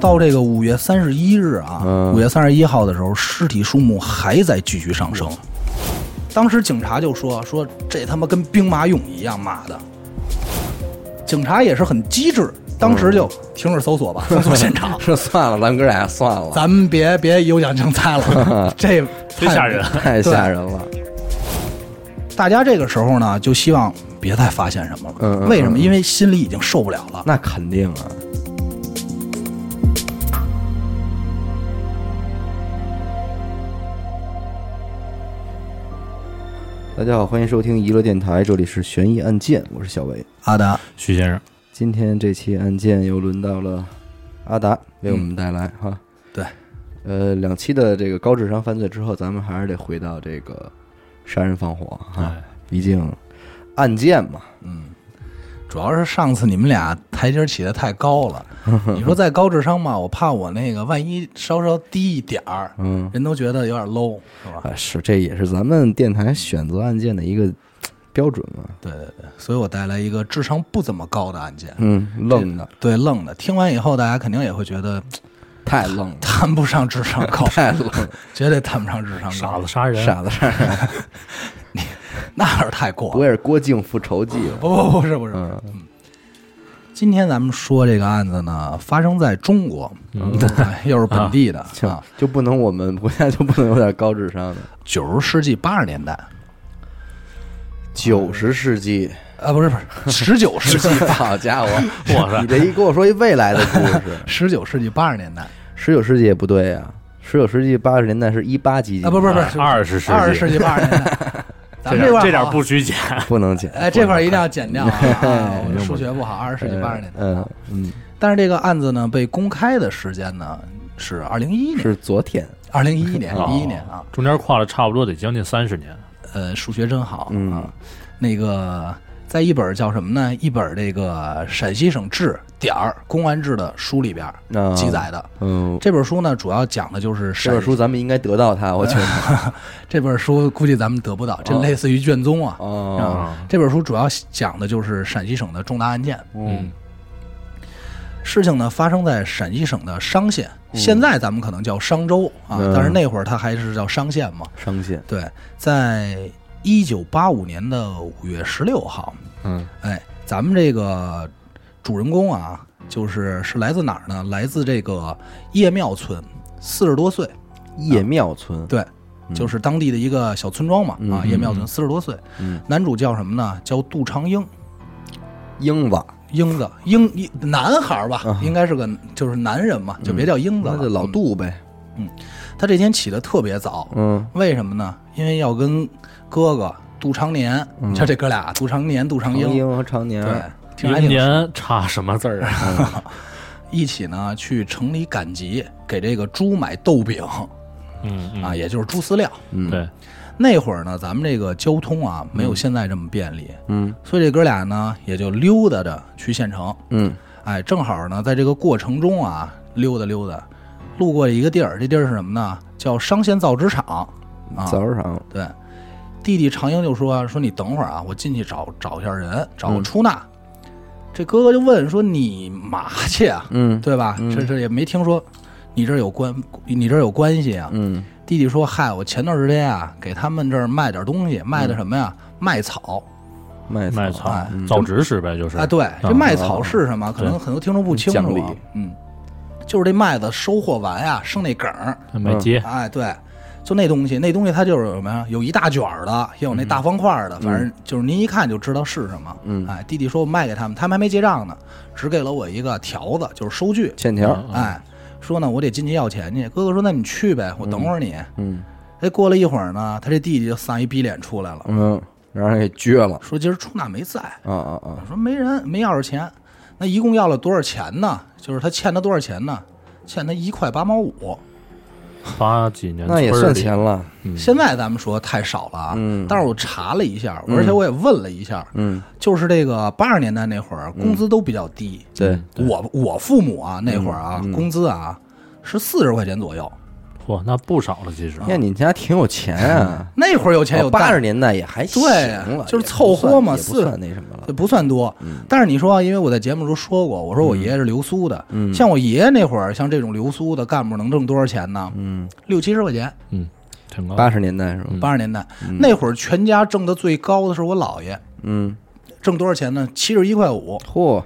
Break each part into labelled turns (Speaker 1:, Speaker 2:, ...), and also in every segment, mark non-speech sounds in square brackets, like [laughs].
Speaker 1: 到这个五月三十一日啊，
Speaker 2: 嗯。
Speaker 1: 五月三十一号的时候，尸体数目还在继续上升。当时警察就说：“说这他妈跟兵马俑一样，妈的！”警察也是很机智，当时就停止搜索吧，封锁现场
Speaker 2: [laughs] 这算了，咱哥俩算了，
Speaker 1: 咱们别别有奖竞猜
Speaker 2: [laughs]
Speaker 1: 了，这
Speaker 3: [laughs] 真
Speaker 1: 太
Speaker 3: 吓人。
Speaker 2: 太吓人了。
Speaker 1: 大家这个时候呢，就希望别再发现什么了。
Speaker 2: 嗯嗯
Speaker 1: 为什么？
Speaker 2: 嗯
Speaker 1: 因为心里已经受不了了。
Speaker 2: 那肯定啊，大家好，欢迎收听娱乐电台，这里是悬疑案件，我是小伟。
Speaker 1: 阿达，
Speaker 3: 徐先生，
Speaker 2: 今天这期案件又轮到了阿达为我们带来、哈。
Speaker 1: 对，
Speaker 2: 呃，两期的这个高智商犯罪之后，咱们还是得回到这个杀人放火哈，
Speaker 3: 哎，
Speaker 2: 毕竟案件嘛，
Speaker 1: 主要是上次你们俩台阶起得太高
Speaker 2: [laughs]
Speaker 1: 了，你说再高智商吧，我怕我那个万一稍稍低一点儿，
Speaker 2: 嗯，
Speaker 1: 人都觉得有点 low，是吧？
Speaker 2: 啊，是，这也是咱们电台选择案件的一个标准嘛。
Speaker 1: 对对对，所以我带来一个智商不怎么高的案件，
Speaker 2: 嗯，愣的，
Speaker 1: 对愣的。听完以后，大家肯定也会觉得
Speaker 2: 太愣了，
Speaker 1: [laughs] 谈不上智商高，
Speaker 2: [laughs] 太愣了，
Speaker 1: 绝对谈不上智商
Speaker 3: 傻
Speaker 1: 高
Speaker 3: 子，杀人，
Speaker 2: 傻子事儿。
Speaker 1: [laughs] 那是太过
Speaker 2: 我
Speaker 1: 了。
Speaker 2: 也是郭靖复仇记了。
Speaker 1: 不 [laughs] 不不是不是，不是嗯。今天咱们说这个案子呢，发生在中国，
Speaker 3: 嗯
Speaker 1: 哎 [laughs] 又是本地的啊，
Speaker 2: [laughs] 就不能我们国家就不能有点高智商的？
Speaker 1: 九十世纪八十年代，
Speaker 2: [laughs] 九十世 [laughs] 纪，
Speaker 1: 啊，不是不是，十九世纪，
Speaker 2: 好 [laughs] 家伙，
Speaker 3: 哇塞
Speaker 2: 你这一跟我说一未来的故事， [laughs]
Speaker 1: 十九世纪八十年代
Speaker 2: 十九世纪也不对呀、十九世纪八十年代是一八几几
Speaker 1: 啊，不不不是，
Speaker 3: 二十世纪
Speaker 1: 二十世纪八十年
Speaker 3: [laughs]
Speaker 1: 代，咱
Speaker 3: 这
Speaker 1: 们块儿
Speaker 3: 点这点
Speaker 1: 好啊
Speaker 3: 不许假，
Speaker 2: 不能减。 [laughs]
Speaker 1: 哎，这块儿一定要剪
Speaker 3: [laughs]
Speaker 1: 掉啊，啊我数学不好，二十世纪八十年代。
Speaker 2: 嗯嗯，
Speaker 1: 但是这个案子呢，被公开的时间呢是二零一一年，
Speaker 2: 是昨天，
Speaker 1: 二零一一年，
Speaker 3: 哦
Speaker 1: 一一年啊，
Speaker 3: [laughs] 中间跨了差不多得将近三十年。
Speaker 1: 呃，数学真好
Speaker 2: 嗯
Speaker 1: 啊，那个。在一本叫什么呢？一本这个陕西省志点儿公安制的书里边儿
Speaker 2: 啊
Speaker 1: 记载的。
Speaker 2: 嗯，
Speaker 1: 这本书呢，主要讲的就是
Speaker 2: 这
Speaker 1: 陕
Speaker 2: 本书咱们应该得到它，我觉 [laughs] 得。
Speaker 1: 这本书估计咱们得不到，这类似于卷宗啊。
Speaker 2: 哦，
Speaker 1: 啊，这本书主要讲的就是陕西省的重大案件。
Speaker 2: 嗯，
Speaker 1: 事情呢发生在陕西省的商县，现在咱们可能叫商州啊，
Speaker 2: 嗯
Speaker 1: 但是那会儿它还是叫商县嘛。
Speaker 2: 伤心。
Speaker 1: 对，在一九八五年的五月十六号，
Speaker 2: 嗯
Speaker 1: 哎，咱们这个主人公啊，就是是来自哪儿呢？来自这个叶庙村，四十多岁，
Speaker 2: 叶庙村，
Speaker 1: 对，
Speaker 2: 嗯
Speaker 1: 就是当地的一个小村庄嘛，啊，
Speaker 2: 嗯
Speaker 1: 叶庙村四十多岁，
Speaker 2: 嗯
Speaker 1: 男主叫什么呢？叫杜长英，
Speaker 2: 英子，
Speaker 1: 英子，英一男孩儿吧
Speaker 2: 啊，
Speaker 1: 应该是个就是男人嘛，就别叫英子
Speaker 2: 那
Speaker 1: 了。
Speaker 2: 就老
Speaker 1: 嗯，
Speaker 2: 杜呗。
Speaker 1: 他这天起得特别早，
Speaker 2: 嗯
Speaker 1: 为什么呢？因为要跟哥哥杜长年， [laughs] 你瞧这哥俩，杜长年、杜长
Speaker 2: 嗯长
Speaker 1: 英，
Speaker 2: 英和常年，
Speaker 1: 对，听着还
Speaker 3: 明
Speaker 1: 挺
Speaker 3: 年差什么字儿啊？
Speaker 2: [laughs]
Speaker 1: 一起呢去城里赶集，给这个猪买豆饼
Speaker 3: 嗯嗯，
Speaker 1: 啊，也就是猪饲料。
Speaker 2: 嗯
Speaker 3: 对，
Speaker 1: 那会儿呢，咱们这个交通啊，没有现在这么便利，
Speaker 2: 嗯
Speaker 1: 所以这哥俩呢也就溜达着去县城。
Speaker 2: 嗯
Speaker 1: 哎，正好呢，在这个过程中啊，溜达溜达，路过一个地儿，这地儿是什么呢？叫商县造纸厂。啊
Speaker 2: 早上
Speaker 1: 对，弟弟长英就说：“说你等会儿啊，我进去找找一下人，找个出纳。这哥哥就问说：“你嘛去啊？
Speaker 2: 嗯
Speaker 1: 对吧？这这也没听说你这儿有关，你这儿有关系啊？”
Speaker 2: 嗯
Speaker 1: 弟弟说：“嗨，我前段时间啊，给他们这儿卖点东西，卖
Speaker 2: 嗯
Speaker 1: 的什么呀？卖草。
Speaker 2: 卖
Speaker 3: 卖
Speaker 2: 草，
Speaker 3: 草造纸使呗，就是
Speaker 1: 啊，对，这
Speaker 3: 啊
Speaker 1: 麦草是什么？可能很多听众不清楚
Speaker 2: 讲理
Speaker 1: 啊。嗯，就是这麦子收获完呀，剩那梗儿，
Speaker 2: 嗯
Speaker 3: 买街，
Speaker 1: 哎，对，就那东西，那东西它就是有什么呀？有一大卷儿的，也有那大方块儿的，反正就是您一看就知道是什么。
Speaker 2: 嗯
Speaker 1: 哎，弟弟说我卖给他们，他们还没结账呢，只给了我一个条子，就是收据。
Speaker 2: 欠
Speaker 3: 嗯
Speaker 2: 条，
Speaker 1: 哎，说呢，我得进去要钱去。哥哥说，那你去呗，我等会儿你。
Speaker 2: 嗯
Speaker 1: 哎，过了一会儿呢，他这弟弟就丧一逼脸出来了，
Speaker 2: 嗯，让人给撅了，
Speaker 1: 说今儿出纳没在。
Speaker 2: 啊啊啊，
Speaker 1: 我说没人，没要着钱，那一共要了多少钱呢？就是他欠他多少钱呢？欠他一块八毛五。
Speaker 3: 八几年
Speaker 2: 那也
Speaker 3: 嗯村儿
Speaker 2: 算
Speaker 3: 里
Speaker 2: 钱了，
Speaker 1: 现在咱们说太少了啊，
Speaker 2: 嗯
Speaker 1: 但是我查了一下，而且我也问了一下，
Speaker 2: 嗯
Speaker 1: 就是这个八十年代那会儿工资都比较低。嗯
Speaker 2: 对，嗯
Speaker 1: 我我父母啊那会儿啊、工资啊是四十块钱左右，
Speaker 3: 嚯，那不少了，其实。
Speaker 2: 那你家挺有钱啊，
Speaker 1: 那会儿嗯 [laughs] 有钱有
Speaker 2: 八
Speaker 1: 蛋
Speaker 2: 十年代也还行了，
Speaker 1: 对啊就是
Speaker 2: 也不
Speaker 1: 凑合嘛
Speaker 2: 算也不
Speaker 1: 四
Speaker 2: 算那什么了
Speaker 1: 这。不算多，
Speaker 2: 嗯
Speaker 1: 但是你说啊，因为我在节目中说过，我说我爷爷是留苏的，
Speaker 2: 嗯
Speaker 1: 像我爷爷那会儿，像这种留苏的干部能挣多少钱呢？
Speaker 2: 嗯，
Speaker 1: 六七十块钱，
Speaker 3: 嗯，挺高。
Speaker 2: 八十年代是吧？
Speaker 3: 嗯
Speaker 1: 八十年代、那会儿，全家挣的最高的是我姥爷，
Speaker 2: 嗯，
Speaker 1: 挣多少钱呢？七十一块五，
Speaker 2: 嚯，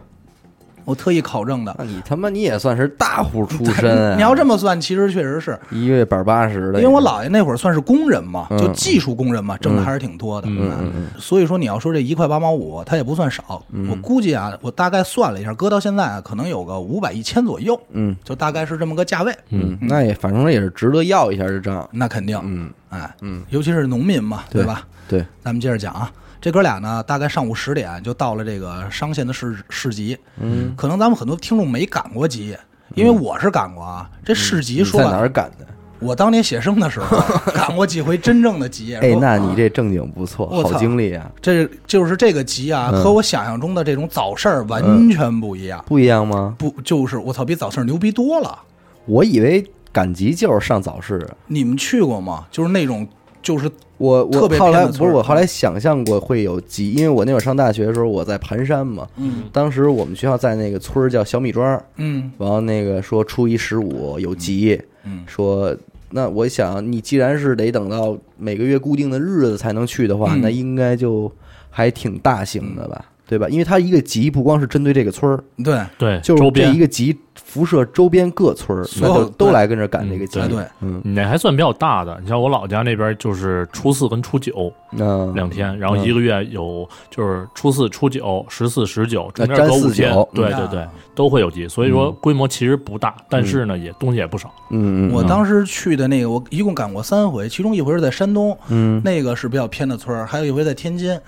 Speaker 1: 我特意考证的。
Speaker 2: 那你他妈你也算是大户出身啊！
Speaker 1: 你要这么算，其实确实是
Speaker 2: 一月百八十的，
Speaker 1: 因为我姥爷那会儿算是工人嘛，
Speaker 2: 嗯
Speaker 1: 就技术工人嘛，挣的还是挺多的。
Speaker 3: 嗯
Speaker 2: 嗯嗯
Speaker 1: 所以说你要说这一块八毛五，它也不算少。我估计啊，我大概算了一下，搁到现在啊，可能有个五百一千左右，
Speaker 2: 嗯
Speaker 1: 就大概是这么个价位。
Speaker 2: 嗯，那也反正也是值得要一下这账。
Speaker 1: 那肯定，
Speaker 2: 嗯
Speaker 1: 哎，嗯，尤其是农民嘛，对吧？
Speaker 2: 对，
Speaker 1: 咱们接着讲啊，这哥俩呢，大概上午十点就到了这个商县的市市集。嗯，可能咱们很多听众没赶过集，因为我是赶过啊。这市集
Speaker 2: 嗯你
Speaker 1: 说
Speaker 2: 在
Speaker 1: 白
Speaker 2: 哪
Speaker 1: 了，
Speaker 2: 儿赶的？
Speaker 1: 我当年写生的时
Speaker 2: [laughs]
Speaker 1: 候赶过几回真正的集。
Speaker 2: 哎
Speaker 1: 说，
Speaker 2: 那你这正经不错，
Speaker 1: 我操
Speaker 2: 好经历啊，
Speaker 1: 这就是这个集啊，
Speaker 2: 嗯
Speaker 1: 和我想象中的这种早市儿完全不一样。
Speaker 2: 不一样吗？
Speaker 1: 不，就是我操，比早市儿牛逼多了。
Speaker 2: 我以为赶集就是上早市，
Speaker 1: 你们去过吗？就是那种，就是
Speaker 2: 我
Speaker 1: 特
Speaker 2: 我
Speaker 1: 别
Speaker 2: 后
Speaker 1: 偏
Speaker 2: 来
Speaker 1: 的村
Speaker 2: 不
Speaker 1: 儿
Speaker 2: 是我后来想象过会有集，因为我那会儿上大学的时候我在盘山嘛，
Speaker 1: 嗯
Speaker 2: 当时我们学校在那个村儿叫小米庄儿，
Speaker 1: 嗯
Speaker 2: 然后那个说初一十五有集，说那我想你既然是得等到每个月固定的日子才能去的话，
Speaker 1: 嗯
Speaker 2: 那应该就还挺大型的吧，对吧？因为它一个集不光是针对这个村儿，
Speaker 1: 对，
Speaker 3: 对，
Speaker 2: 就
Speaker 3: 周
Speaker 2: 是这
Speaker 3: 边
Speaker 2: 一个集辐射周边各村儿，
Speaker 1: 所
Speaker 2: 那
Speaker 1: 有
Speaker 2: 都都
Speaker 1: 对
Speaker 2: 来跟着赶这个
Speaker 3: 嗯
Speaker 2: 集
Speaker 1: 哎，对，
Speaker 2: 嗯，
Speaker 3: 你那还算比较大的。你像我老家那边，就是初四跟初九
Speaker 2: 那
Speaker 3: 嗯两天，然后一个月有就是初四、初九、十四、十九，中间
Speaker 2: 呃占
Speaker 3: 隔五
Speaker 2: 四
Speaker 3: 天
Speaker 2: 九，嗯
Speaker 3: 对
Speaker 1: 嗯
Speaker 3: 对对，都会有集。所以说规模其实不大，但是呢也东西也不少。
Speaker 2: 嗯嗯
Speaker 1: 我当时去的那个，我一共赶过三回，其中一回是在山东，
Speaker 2: 嗯，
Speaker 1: 那个是比较偏的村儿，还有一回在天津。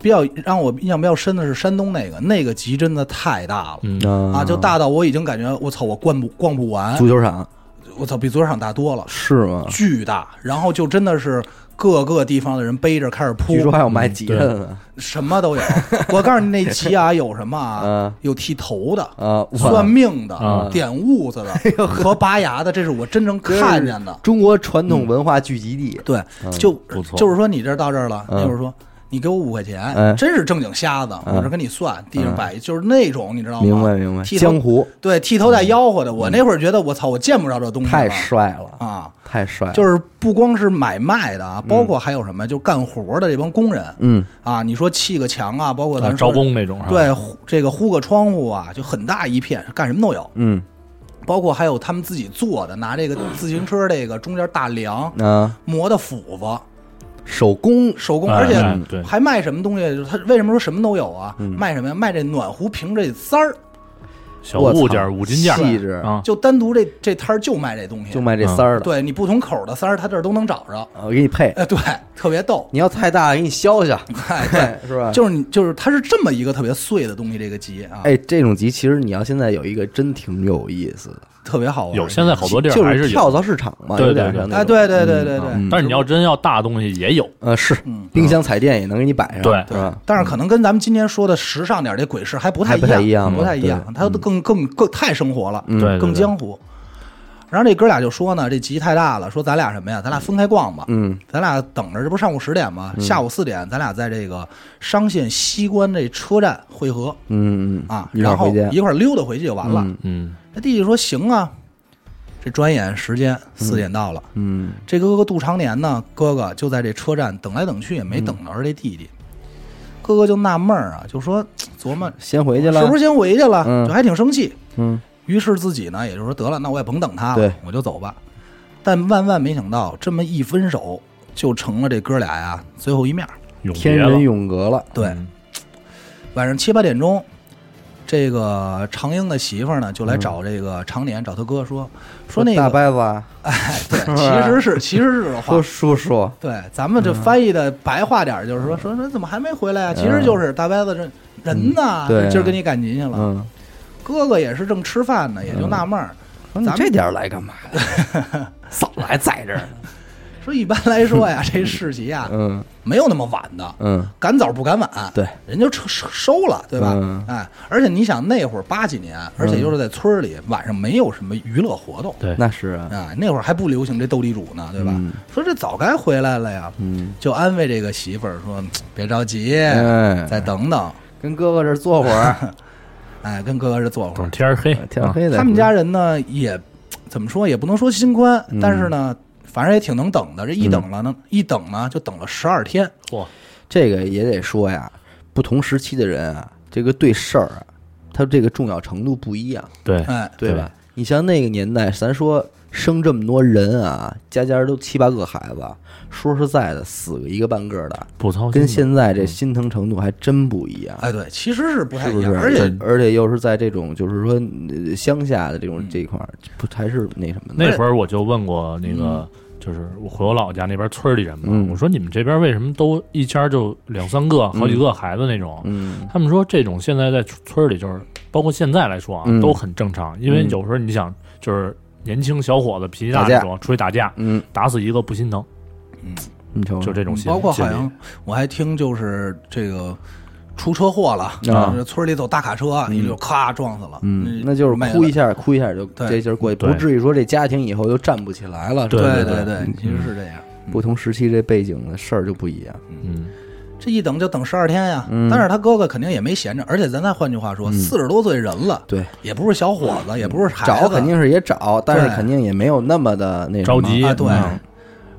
Speaker 1: 比较让我印象比较深的是山东那个，那个集真的太大了、
Speaker 3: 嗯
Speaker 1: 啊，
Speaker 2: 啊
Speaker 1: 就大到我已经感觉我操，我逛不逛不完，
Speaker 2: 足球场
Speaker 1: 我操，比足球场大多了，
Speaker 2: 是吗？
Speaker 1: 巨大。然后就真的是各个地方的人背着开始
Speaker 2: 据
Speaker 1: 扑，
Speaker 2: 说还有
Speaker 3: 嗯
Speaker 2: 卖集的呢，
Speaker 1: 什么
Speaker 2: [laughs]
Speaker 1: 都有。我告诉你，那集啊有什么啊
Speaker 2: 嗯？
Speaker 1: 有剃头的。
Speaker 2: 啊，我
Speaker 1: 算命的、
Speaker 3: 啊
Speaker 1: 点痦
Speaker 2: [laughs]
Speaker 1: 子的和拔牙的，这是我真正
Speaker 2: 哎真是
Speaker 1: 看见的。
Speaker 2: 啊中国传统文化聚集地，
Speaker 1: 对，就
Speaker 3: 不错
Speaker 1: 就是说你这儿到这儿了，
Speaker 2: 嗯
Speaker 1: 那会儿说你给我五块钱，
Speaker 2: 嗯
Speaker 1: 真是正经瞎子，我这跟你算，地上摆一就是那种，你知道吗？
Speaker 2: 嗯明白明白，
Speaker 1: 剃头
Speaker 2: 江湖嗯
Speaker 1: 对剃头带吆喝的，我那会儿觉得我操，我见不着这东西
Speaker 2: 太
Speaker 1: 了
Speaker 2: 帅了，
Speaker 1: 啊！
Speaker 2: 太帅了，
Speaker 1: 就是是不光是买卖的啊，包括还有什么，就干活的这帮工人
Speaker 2: 嗯
Speaker 1: 啊，你说砌个墙啊，包括咱
Speaker 3: 啊
Speaker 1: 说
Speaker 3: 招工那种，是吧，
Speaker 1: 对呼这个糊个窗户啊，就很大一片，干什么都有，
Speaker 2: 嗯
Speaker 1: 包括还有他们自己做的，拿这个自行车这个中间大梁
Speaker 2: 啊，
Speaker 1: 磨的斧子。
Speaker 2: 手工
Speaker 1: 手工，
Speaker 3: 哎
Speaker 1: 而
Speaker 3: 哎
Speaker 1: 且
Speaker 3: 对
Speaker 1: 还卖什么东西？就是他为什么说什么都有啊？
Speaker 2: 嗯
Speaker 1: 卖什么呀？卖这暖壶瓶这丝儿，
Speaker 3: 小
Speaker 2: 我操
Speaker 3: 物件儿、五金件儿，
Speaker 2: 细致
Speaker 3: 啊，
Speaker 1: 就单独这这摊儿就卖这东西，
Speaker 2: 就卖
Speaker 3: 嗯
Speaker 2: 这三儿的，
Speaker 1: 对你不同口的丝儿，他这儿都能找着。
Speaker 2: 啊我给你配，
Speaker 1: 哎，对，特别逗。
Speaker 2: 你要太大给你削 [laughs] 削，
Speaker 1: 哎，对，
Speaker 2: 是吧？
Speaker 1: 就是你就是它是这么一个特别碎的东西，这个集啊，
Speaker 2: 哎，这种集其实你要现在有一个真挺有意思的，
Speaker 1: 特别好玩。
Speaker 3: 有现在好多地
Speaker 2: 就
Speaker 3: 儿还
Speaker 2: 是
Speaker 3: 是
Speaker 2: 跳
Speaker 3: 有，
Speaker 2: 蚤市场嘛，
Speaker 3: 对
Speaker 2: 有点
Speaker 3: 对对
Speaker 2: 像那
Speaker 1: 哎，
Speaker 2: 种，嗯
Speaker 1: 对对对对对。
Speaker 3: 但是你要真要大东西也有，
Speaker 2: 呃是，
Speaker 1: 嗯
Speaker 2: 冰箱彩电也能给你摆上，
Speaker 3: 对
Speaker 2: 是吧？
Speaker 1: 但是可能跟咱们今天说的时尚点儿这鬼市还不太
Speaker 2: 还不太一样嗯
Speaker 1: 不太一样，它都更更更太生活了，
Speaker 3: 对对
Speaker 1: 更
Speaker 3: 对
Speaker 1: 江湖。然后这哥俩就说呢，这集太大了，说咱俩什么呀？咱俩分开逛吧。
Speaker 2: 嗯，
Speaker 1: 咱俩等着，这不是上午十点吗？下午四点，咱俩在这个商县西关这车站汇合
Speaker 2: 嗯嗯
Speaker 1: 啊，
Speaker 2: 一块
Speaker 1: 然
Speaker 2: 儿
Speaker 1: 后
Speaker 2: 回家
Speaker 1: 一块儿溜达回去就完了。
Speaker 3: 嗯，
Speaker 1: 这弟弟说行啊，这转眼时间四点到了，
Speaker 2: 嗯
Speaker 1: 这哥哥杜长年呢，哥哥就在这车站等来等去，也
Speaker 2: 嗯
Speaker 1: 没等着这弟弟。哥哥就纳闷儿啊，就说琢磨
Speaker 2: 先回去了，
Speaker 1: 是不是先回去了，
Speaker 2: 嗯
Speaker 1: 就还挺生气。
Speaker 2: 嗯
Speaker 1: 于是自己呢，也就说得了，那我也甭等他了
Speaker 2: 对，
Speaker 1: 我就走吧。但万万没想到，这么一分手，就成了这哥俩呀最后一面儿。
Speaker 3: 永
Speaker 2: 天
Speaker 3: 别了
Speaker 2: 人永隔了，
Speaker 1: 对，
Speaker 3: 嗯
Speaker 1: 晚上七八点钟，这个常英的媳妇儿呢，就来找这个常年，找他哥说说那
Speaker 2: 嗯大
Speaker 1: 个，
Speaker 2: 伯子啊，
Speaker 1: 哎，对，其实
Speaker 2: [laughs]
Speaker 1: 是其实是这话
Speaker 2: 说，叔叔，
Speaker 1: 对，咱们这
Speaker 2: 嗯
Speaker 1: 翻译的白话点儿就是说说那怎么还没回来啊呀、其实就是大伯子这人呢，
Speaker 2: 嗯嗯对啊
Speaker 1: 今儿跟你赶集去了，
Speaker 2: 嗯，
Speaker 1: 哥哥也是正吃饭呢，也就纳闷儿。
Speaker 2: 说你
Speaker 1: 咱们
Speaker 2: 这点儿来干嘛呀？早来在这儿呢，
Speaker 1: 说一般来说呀，这世袭啊，
Speaker 2: 嗯
Speaker 1: 没有那么晚的，
Speaker 2: 嗯
Speaker 1: 赶早不赶晚，
Speaker 2: 对，
Speaker 1: 人就撤收收了，对吧？
Speaker 2: 嗯
Speaker 1: 哎，而且你想那会儿八几年，而且又是在村儿里，晚上没有什么娱乐活动，
Speaker 3: 对，
Speaker 2: 那是啊，
Speaker 1: 啊，那会儿还不流行这斗地主呢，对吧？说这早该回来了呀，
Speaker 2: 嗯，
Speaker 1: 就安慰这个媳妇儿说嗯别着急，
Speaker 2: 哎
Speaker 1: 再等等，
Speaker 2: 跟哥哥这儿坐
Speaker 1: [laughs]
Speaker 2: 会儿，
Speaker 1: 哎，跟哥哥这坐会
Speaker 3: 等
Speaker 1: 儿。
Speaker 3: 天儿黑，
Speaker 2: 嗯天儿
Speaker 3: 啊
Speaker 2: 黑的。
Speaker 1: 他们家人呢也怎么说也不能说心宽，
Speaker 2: 嗯
Speaker 1: 但是呢，反正也挺能等的。这一等了呢，一等呢就等了十二天，
Speaker 3: 啊嚯，
Speaker 2: 这个也得说呀，不同时期的人啊，这个对事儿啊，他这个重要程度不一样，
Speaker 3: 对，
Speaker 1: 哎，
Speaker 2: 对吧？你像那个年代，咱说生这么多人啊，家家都七八个孩子，说实在的，死个一个半个的，
Speaker 3: 不操心的，
Speaker 2: 跟现在这心疼程度还真不一样。
Speaker 1: 哎，对，其实嗯是不太
Speaker 2: 是
Speaker 1: 一
Speaker 2: 不是？
Speaker 1: 样，而且
Speaker 2: 而且又是在这种就是说呃乡下的这
Speaker 1: 嗯
Speaker 2: 种这一块儿，不还是那什么的？
Speaker 3: 那会儿我就问过那个，就是我回我老家那边村里人嘛，
Speaker 2: 嗯
Speaker 3: 我说你们这边为什么都一家就两三个、好几个孩子那种？
Speaker 2: 嗯
Speaker 3: 他们说这种现在在村里就是，包括现在来说啊，
Speaker 2: 嗯
Speaker 3: 都很正常，因为
Speaker 2: 嗯
Speaker 3: 有时候你想就是。年轻小伙子脾气大
Speaker 2: 打架
Speaker 3: 那种，出去打架，
Speaker 2: 嗯，
Speaker 3: 打死一个不心疼，
Speaker 2: 你瞅
Speaker 3: 就
Speaker 2: 瞅，
Speaker 3: 这种心
Speaker 1: 嗯
Speaker 3: 理。
Speaker 1: 包括
Speaker 3: 心
Speaker 1: 好
Speaker 3: 理
Speaker 1: 像我还听就是这个出车祸了，
Speaker 2: 啊
Speaker 1: 就是村里走大卡车，啊一溜咔撞死了，
Speaker 2: 嗯，那就是
Speaker 1: 没
Speaker 2: 哭一
Speaker 1: 了。
Speaker 2: 下，哭一下就
Speaker 1: 对
Speaker 2: 这劲儿过去，
Speaker 3: 对
Speaker 2: 不至于说这家庭以后就站不起来了。
Speaker 3: 对
Speaker 2: 是吧
Speaker 1: 对
Speaker 3: 对
Speaker 1: 对
Speaker 3: 对
Speaker 1: 对，其
Speaker 2: 嗯
Speaker 1: 实是这样。
Speaker 2: 不同时期这背景的事儿就不一样。
Speaker 3: 嗯，
Speaker 1: 这一等就等十二天呀，
Speaker 2: 嗯
Speaker 1: 但是他哥哥肯定也没闲着，而且咱再换句话说，四十多岁人了，
Speaker 2: 对，
Speaker 1: 也不是小伙子，也不是孩子，啊
Speaker 2: 找肯定是也找，但
Speaker 1: 对
Speaker 2: 是肯定也没有那么的那什么
Speaker 3: 着急
Speaker 1: 啊，对
Speaker 3: 嗯。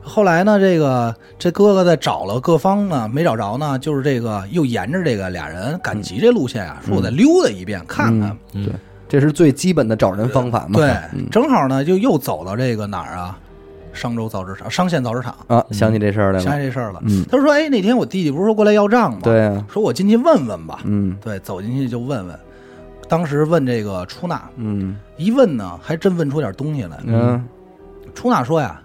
Speaker 1: 后来呢，这个这哥哥在找了各方呢，没找着呢，就是这个又沿着这个俩人赶集这路线啊，说我再溜达一遍看看，
Speaker 3: 嗯
Speaker 2: 对，这是最基本的找人方法嘛。
Speaker 1: 对，
Speaker 2: 嗯
Speaker 1: 正好呢就又走到这个哪儿啊，商州造纸厂、商县造纸厂，
Speaker 2: 啊，想起这事儿来
Speaker 1: 想
Speaker 2: 了。
Speaker 1: 起这事儿了。
Speaker 2: 嗯
Speaker 1: 他就说：“哎，那天我弟弟不是说过来要账吗？
Speaker 2: 对啊，
Speaker 1: 说我进去问问吧。
Speaker 2: 嗯
Speaker 1: 对，走进去就问问。当时问这个出纳，
Speaker 2: 嗯
Speaker 1: 一问呢，还真问出点东西来。
Speaker 2: 嗯
Speaker 1: 出纳说呀，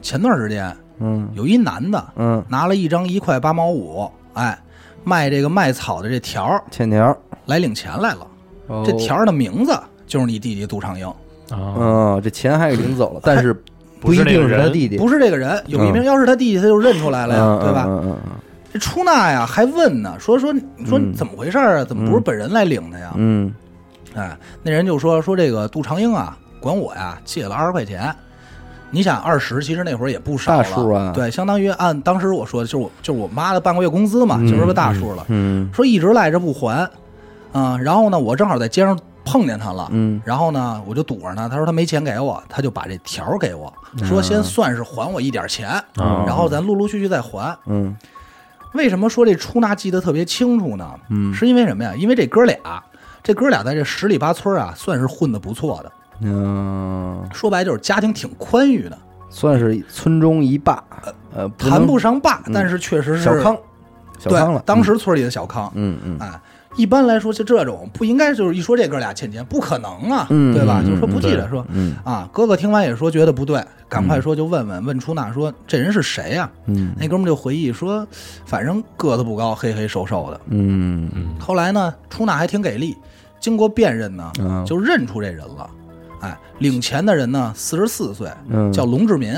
Speaker 1: 前段时间
Speaker 2: 嗯
Speaker 1: 有一男的
Speaker 2: 嗯，
Speaker 1: 拿了一张一块八毛五，哎，卖这个卖草的这条儿
Speaker 2: 欠条儿，
Speaker 1: 来领钱来了。
Speaker 2: 哦
Speaker 1: 这条儿的名字就是你弟弟杜长英，
Speaker 3: 啊，
Speaker 2: 嗯，这钱还给
Speaker 1: [laughs]
Speaker 2: 领走了，但是
Speaker 3: 不
Speaker 2: 一
Speaker 3: 是那
Speaker 2: 定
Speaker 3: 个
Speaker 2: 是他
Speaker 3: 人
Speaker 2: 弟弟，
Speaker 1: 不是这个人。有一名，要是他弟弟，他就认出来了呀，
Speaker 2: 嗯
Speaker 1: 对吧？
Speaker 2: 嗯嗯嗯
Speaker 1: 这出纳呀还问呢，说说你说
Speaker 2: 嗯
Speaker 1: 怎么回事儿啊？怎么不是本人来领的呀？
Speaker 2: 嗯，
Speaker 1: 哎，那人就说说这个杜长英啊，管我呀借了二十块钱。你想二十，其实那会儿也不少了，
Speaker 2: 大数啊
Speaker 1: 对，相当于按当时我说的，就是我就是我妈的半个月工资嘛，就是个大数了。
Speaker 2: 嗯
Speaker 1: 说一直赖着不还，啊、然后呢，我正好在街上碰见他了，
Speaker 2: 嗯
Speaker 1: 然后呢，我就堵着呢，他说他没钱给我，他就把这条儿给我，说先算是还我一点钱，
Speaker 3: 哦
Speaker 1: 然后咱陆陆续续再还。
Speaker 2: 嗯
Speaker 1: 为什么说这出纳记得特别清楚呢？嗯，是因为什么呀？因为这哥俩，这哥俩在这十里八村啊，算是混得不错的。
Speaker 2: 嗯，
Speaker 1: 说白就是家庭挺宽裕的，
Speaker 2: 算是村中一霸，呃，不
Speaker 1: 谈
Speaker 2: 能
Speaker 1: 不上霸，但是确实是
Speaker 2: 小康，小康了
Speaker 1: 对，，当时村里的小康。
Speaker 2: 嗯嗯
Speaker 1: 哎，一般来说就这种不应该就是一说这哥俩欠钱，不可能啊，
Speaker 2: 嗯
Speaker 1: 对吧？
Speaker 2: 嗯
Speaker 1: 就说不记
Speaker 3: 嗯
Speaker 1: 得说。
Speaker 2: 嗯
Speaker 1: 啊！哥哥听完也说觉得不对，赶快说就问问、问出纳说这人是谁呀、
Speaker 2: 嗯
Speaker 1: 那哥们儿就回忆说，反正个子不高，黑黑瘦瘦的，
Speaker 2: 嗯
Speaker 1: 后来呢，出纳还挺给力，经过辨认呢，
Speaker 2: 嗯
Speaker 1: 就认出这人了。哎，领钱的人呢，四十四岁，
Speaker 2: 嗯，
Speaker 1: 叫龙志民。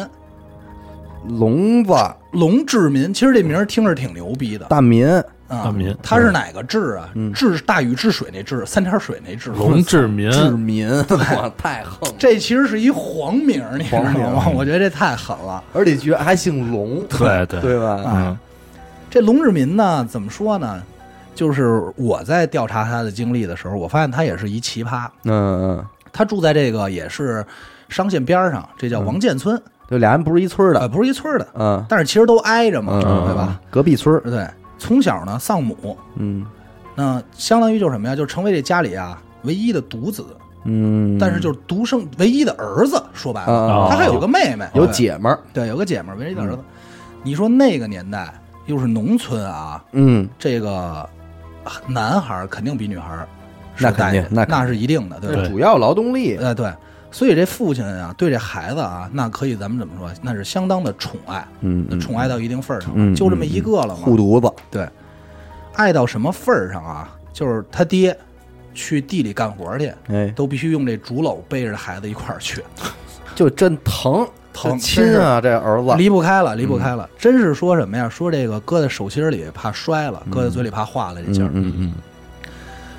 Speaker 2: 聋子
Speaker 1: 龙志民，其实这名儿听着挺牛逼的
Speaker 2: 大民，
Speaker 1: 啊。
Speaker 3: 大民
Speaker 1: 他是哪个志啊？治大禹治水那治，三点水那治。
Speaker 3: 龙志民，
Speaker 2: 治民，哇，太横了，
Speaker 1: 这其实是一皇名儿，你知道吗？ [laughs] 我觉得这太狠了。啊
Speaker 2: 而且居然还姓龙，
Speaker 3: 对对
Speaker 2: 对吧？
Speaker 1: 哎
Speaker 3: 嗯
Speaker 1: 这龙志民呢，怎么说呢？就是我在调查他的经历的时候，我发现他也是一奇葩。
Speaker 2: 嗯嗯，
Speaker 1: 他住在这个也是商县边儿上，这叫王建村，
Speaker 2: 就俩人不是一村儿
Speaker 1: 呃，
Speaker 2: 的，
Speaker 1: 不是一村儿的，
Speaker 2: 嗯
Speaker 1: 但是其实都挨着嘛，
Speaker 2: 嗯，
Speaker 1: 对吧？？
Speaker 2: 隔壁村儿，
Speaker 1: 对，从小呢丧母，
Speaker 2: 嗯
Speaker 1: 那相当于就是什么呀？就成为这家里啊唯一的独子，
Speaker 2: 嗯，
Speaker 1: 但是就是独生唯一的儿子。说白了
Speaker 2: 啊，
Speaker 1: 他还有个妹妹，
Speaker 2: 有
Speaker 1: 对，
Speaker 2: 姐们儿，
Speaker 1: 对，有个姐们儿，唯一的儿子。你说那个年代又是农村啊，
Speaker 2: 嗯，
Speaker 1: 这个男孩儿肯定比女孩儿是
Speaker 2: 那肯
Speaker 1: 待遇
Speaker 2: 定那肯定
Speaker 1: 那是一定的，对吧
Speaker 2: 那？主要劳动力，
Speaker 1: 哎，对，所以这父亲啊，对这孩子啊，那可以咱们怎么说？那是相当的宠爱，
Speaker 2: 嗯嗯
Speaker 1: 宠爱到一定份儿上了，
Speaker 2: 嗯
Speaker 1: 就这么一个了嘛。
Speaker 2: 护犊子，
Speaker 1: 对，爱到什么份儿上啊？就是他爹去地里干活去，
Speaker 2: 哎，
Speaker 1: 都必须用这竹篓背着孩子一块儿去。
Speaker 2: 就真疼，
Speaker 1: 疼，
Speaker 2: 亲
Speaker 1: 真是
Speaker 2: 啊，这儿子，
Speaker 1: 离不开了，离不开了。
Speaker 2: 嗯
Speaker 1: 真是说什么呀？说这个搁在手心里怕摔了，搁在嘴里怕化了这劲儿。
Speaker 2: 嗯嗯，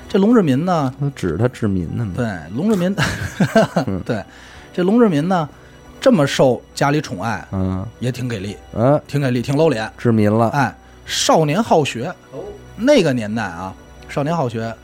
Speaker 1: 这龙志民呢，
Speaker 2: 他指着他治民呢嘛，
Speaker 1: 对龙志民， [laughs]
Speaker 2: 嗯
Speaker 1: 对这龙志民呢，这么受家里宠爱，
Speaker 2: 嗯
Speaker 1: 也挺给力，
Speaker 2: 嗯，
Speaker 1: 挺给力，挺露脸。
Speaker 2: 治民了，
Speaker 1: 哎，少年好学，那个年代啊，少年好学，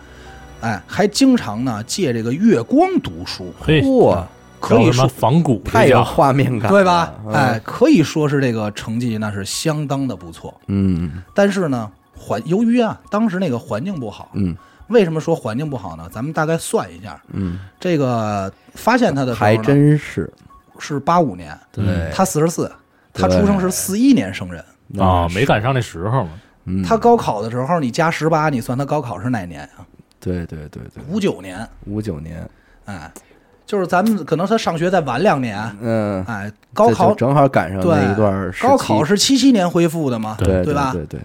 Speaker 1: 哎，还经常呢借这个月光读书，
Speaker 3: 嘿，
Speaker 2: 哇，
Speaker 1: 可以
Speaker 3: 叫什
Speaker 1: 说
Speaker 3: 么仿古
Speaker 2: 太
Speaker 3: 这
Speaker 2: 有
Speaker 3: 叫
Speaker 2: 画面感了，
Speaker 1: 对吧？
Speaker 2: 嗯
Speaker 1: 哎，，可以说是这个成绩那是相当的不错。
Speaker 2: 嗯
Speaker 1: 但是呢，环由于啊当时那个环境不好，
Speaker 2: 嗯
Speaker 1: 为什么说环境不好呢？咱们大概算一下，
Speaker 2: 嗯，
Speaker 1: 这个发现他的时候呢
Speaker 2: 还真嗯是，
Speaker 1: 是八五年，嗯
Speaker 2: 对
Speaker 1: 他四十四，他出生是四一年生人，
Speaker 3: 啊，
Speaker 1: 嗯
Speaker 3: 没赶上那时候嘛。
Speaker 2: 嗯
Speaker 1: 他高考的时候你加十八，你算他高考是哪年啊？
Speaker 2: 对对对对，
Speaker 1: 五九年，
Speaker 2: 五九年，
Speaker 1: 哎，就是咱们可能他上学再晚两年，
Speaker 2: 嗯，
Speaker 1: 哎，高
Speaker 2: 这
Speaker 1: 考
Speaker 2: 就正好赶上那
Speaker 1: 对
Speaker 2: 一段时期
Speaker 1: 高考是七七年恢复的嘛，
Speaker 2: 对
Speaker 1: 对吧
Speaker 2: 对对，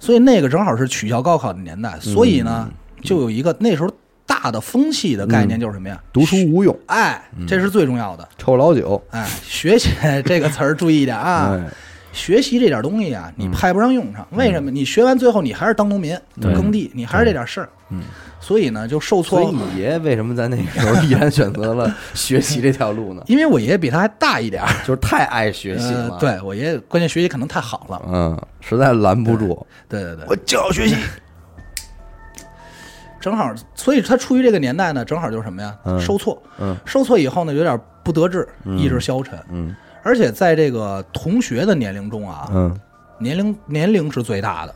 Speaker 1: 所以那个正好是取消高考的年
Speaker 2: 嗯
Speaker 1: 代，所以呢，就有一个那时候大的风气的概
Speaker 2: 嗯
Speaker 1: 念就是什么呀？
Speaker 2: 读书无用，
Speaker 1: 哎，这是最重要的。
Speaker 2: 臭老九，
Speaker 1: 哎，学习这个词儿注意一点啊！
Speaker 2: [laughs] 哎，
Speaker 1: 学习这点东西
Speaker 2: 嗯
Speaker 1: 啊，你派不上用场。为什么？你学完最后你还是当农民、
Speaker 3: 对
Speaker 1: 耕地，你还是这点事儿。嗯，所以呢，就受
Speaker 2: 所以
Speaker 1: 挫。？
Speaker 2: 你爷爷为什么在那个时候依然选择了学习这条路呢
Speaker 1: 因为我爷爷比他还大一点儿，
Speaker 2: 就是太爱学习
Speaker 1: 呃
Speaker 2: 了，，
Speaker 1: 对我爷爷关键学习可能太好了。
Speaker 2: 嗯，实在拦不住，
Speaker 1: 对对对，
Speaker 2: 就要学习，
Speaker 1: 正好，所以他处于这个年代呢，正好就是什么呀？受挫，
Speaker 2: 嗯
Speaker 1: 受挫以后呢，有点不得志，意志消沉，
Speaker 2: 嗯
Speaker 1: 而且在这个同学的年龄中啊，
Speaker 2: 嗯，
Speaker 1: 年龄年龄是最大的，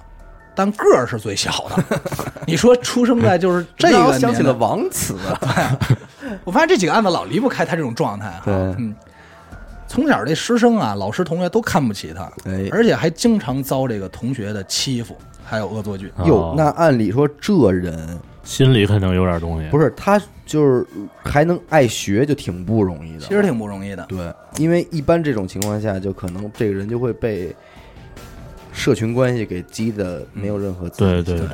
Speaker 1: 但个儿是最小的。
Speaker 2: [laughs]
Speaker 1: 你说出生在就是这
Speaker 2: 让我
Speaker 1: 个
Speaker 2: 想起
Speaker 1: 年
Speaker 2: 了
Speaker 1: 代，
Speaker 2: 王慈，啊
Speaker 1: 我发现这几个案子老离不开他这种状态啊。
Speaker 2: 对
Speaker 1: 嗯，从小这师生啊，老师同学都看不起他，
Speaker 2: 哎
Speaker 1: 而且还经常遭这个同学的欺负，还有恶作剧。
Speaker 2: 哟
Speaker 3: 哦，
Speaker 2: 那按理说这人
Speaker 3: 心里肯定有点东西。
Speaker 2: 不是他，就是还能爱学，就挺不容易的。
Speaker 1: 其实挺不容易的，
Speaker 2: 对，因为一般这种情况下，就可能这个人就会被社群关系给激的没有任何自
Speaker 3: 对
Speaker 2: 制
Speaker 3: 对对，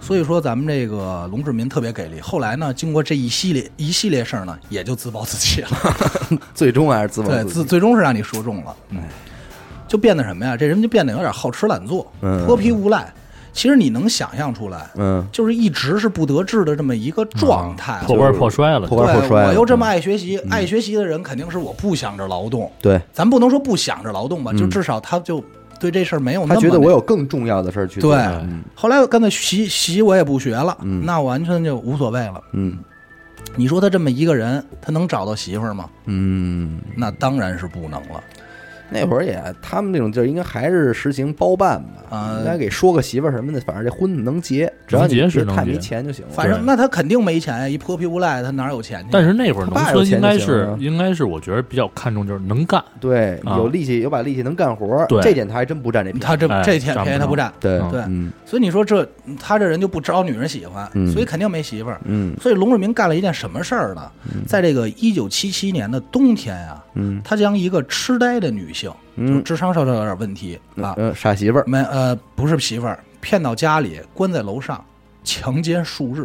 Speaker 1: 所以说咱们这个龙志民特别给力。后来呢，经过这一系列一系列事儿呢，也就自暴自弃了。
Speaker 2: [laughs] 最终还是自暴
Speaker 1: [laughs] 对，
Speaker 2: 自
Speaker 1: 自
Speaker 2: 弃。
Speaker 1: 最终是让你说中了，嗯，就变得什么呀？这人就变得有点好吃懒做，
Speaker 2: 嗯
Speaker 1: 泼皮无赖。其实你能想象出来，
Speaker 2: 嗯，
Speaker 1: 就是一直是不得志的这么一个状态。
Speaker 3: 破罐破摔了，
Speaker 2: 破
Speaker 1: 对，
Speaker 2: 罐破摔
Speaker 1: 我又这么爱学习，
Speaker 2: 嗯
Speaker 1: 爱学习的人肯定是我不想着劳动，
Speaker 2: 对
Speaker 1: 咱不能说不想着劳动吧，就至少他就对这事儿没有那
Speaker 2: 嗯他
Speaker 1: 么
Speaker 2: 觉得我有更重要的事儿去做。
Speaker 1: 对。后来我干脆习习我也不学了，那完全就无所谓了。
Speaker 2: 嗯
Speaker 1: 你说他这么一个人，他能找到媳妇儿吗？
Speaker 2: 嗯，
Speaker 1: 那当然是不能了。
Speaker 2: 那会儿也，他们那种地儿应该还是实行包办吧
Speaker 1: 啊，
Speaker 2: 应该给说个媳妇儿什么的，反正这婚能结，只要你
Speaker 3: 能结是
Speaker 2: 别
Speaker 3: 能
Speaker 2: 太
Speaker 3: 结
Speaker 2: 没钱就行了。
Speaker 1: 反正
Speaker 3: 对
Speaker 1: 那他肯定没钱呀，一泼皮无赖，他哪有钱去？
Speaker 3: 但是那会儿
Speaker 2: 嗯他
Speaker 3: 农
Speaker 2: 爸有
Speaker 3: 村
Speaker 2: 钱
Speaker 3: 应
Speaker 2: 就
Speaker 3: 该
Speaker 2: 行
Speaker 3: 是
Speaker 2: 啊
Speaker 3: 应该是我觉得比较看重就是能干，
Speaker 2: 对，
Speaker 3: 啊
Speaker 2: 有力气，有把力气能干活儿，
Speaker 3: 对
Speaker 2: 这点他还真不占这便宜。
Speaker 1: 他这
Speaker 3: 哎
Speaker 1: 这天
Speaker 3: 占不
Speaker 1: 便宜他不占，
Speaker 2: 对
Speaker 3: 嗯
Speaker 1: 对
Speaker 2: 嗯
Speaker 1: 所以你说这他这人就不招女人喜欢，
Speaker 2: 嗯
Speaker 1: 所以肯定没媳妇儿。
Speaker 2: 嗯
Speaker 1: 所以龙志明干了一件什么事儿呢？在这个一九七七年的冬天啊，
Speaker 2: 嗯
Speaker 1: 他将一个痴呆的女性，就是
Speaker 2: 嗯
Speaker 1: 智商稍稍有点问题啊，
Speaker 2: 嗯，傻媳妇儿，
Speaker 1: 没呃不是媳妇儿，骗到家里，关在楼上，强奸数日。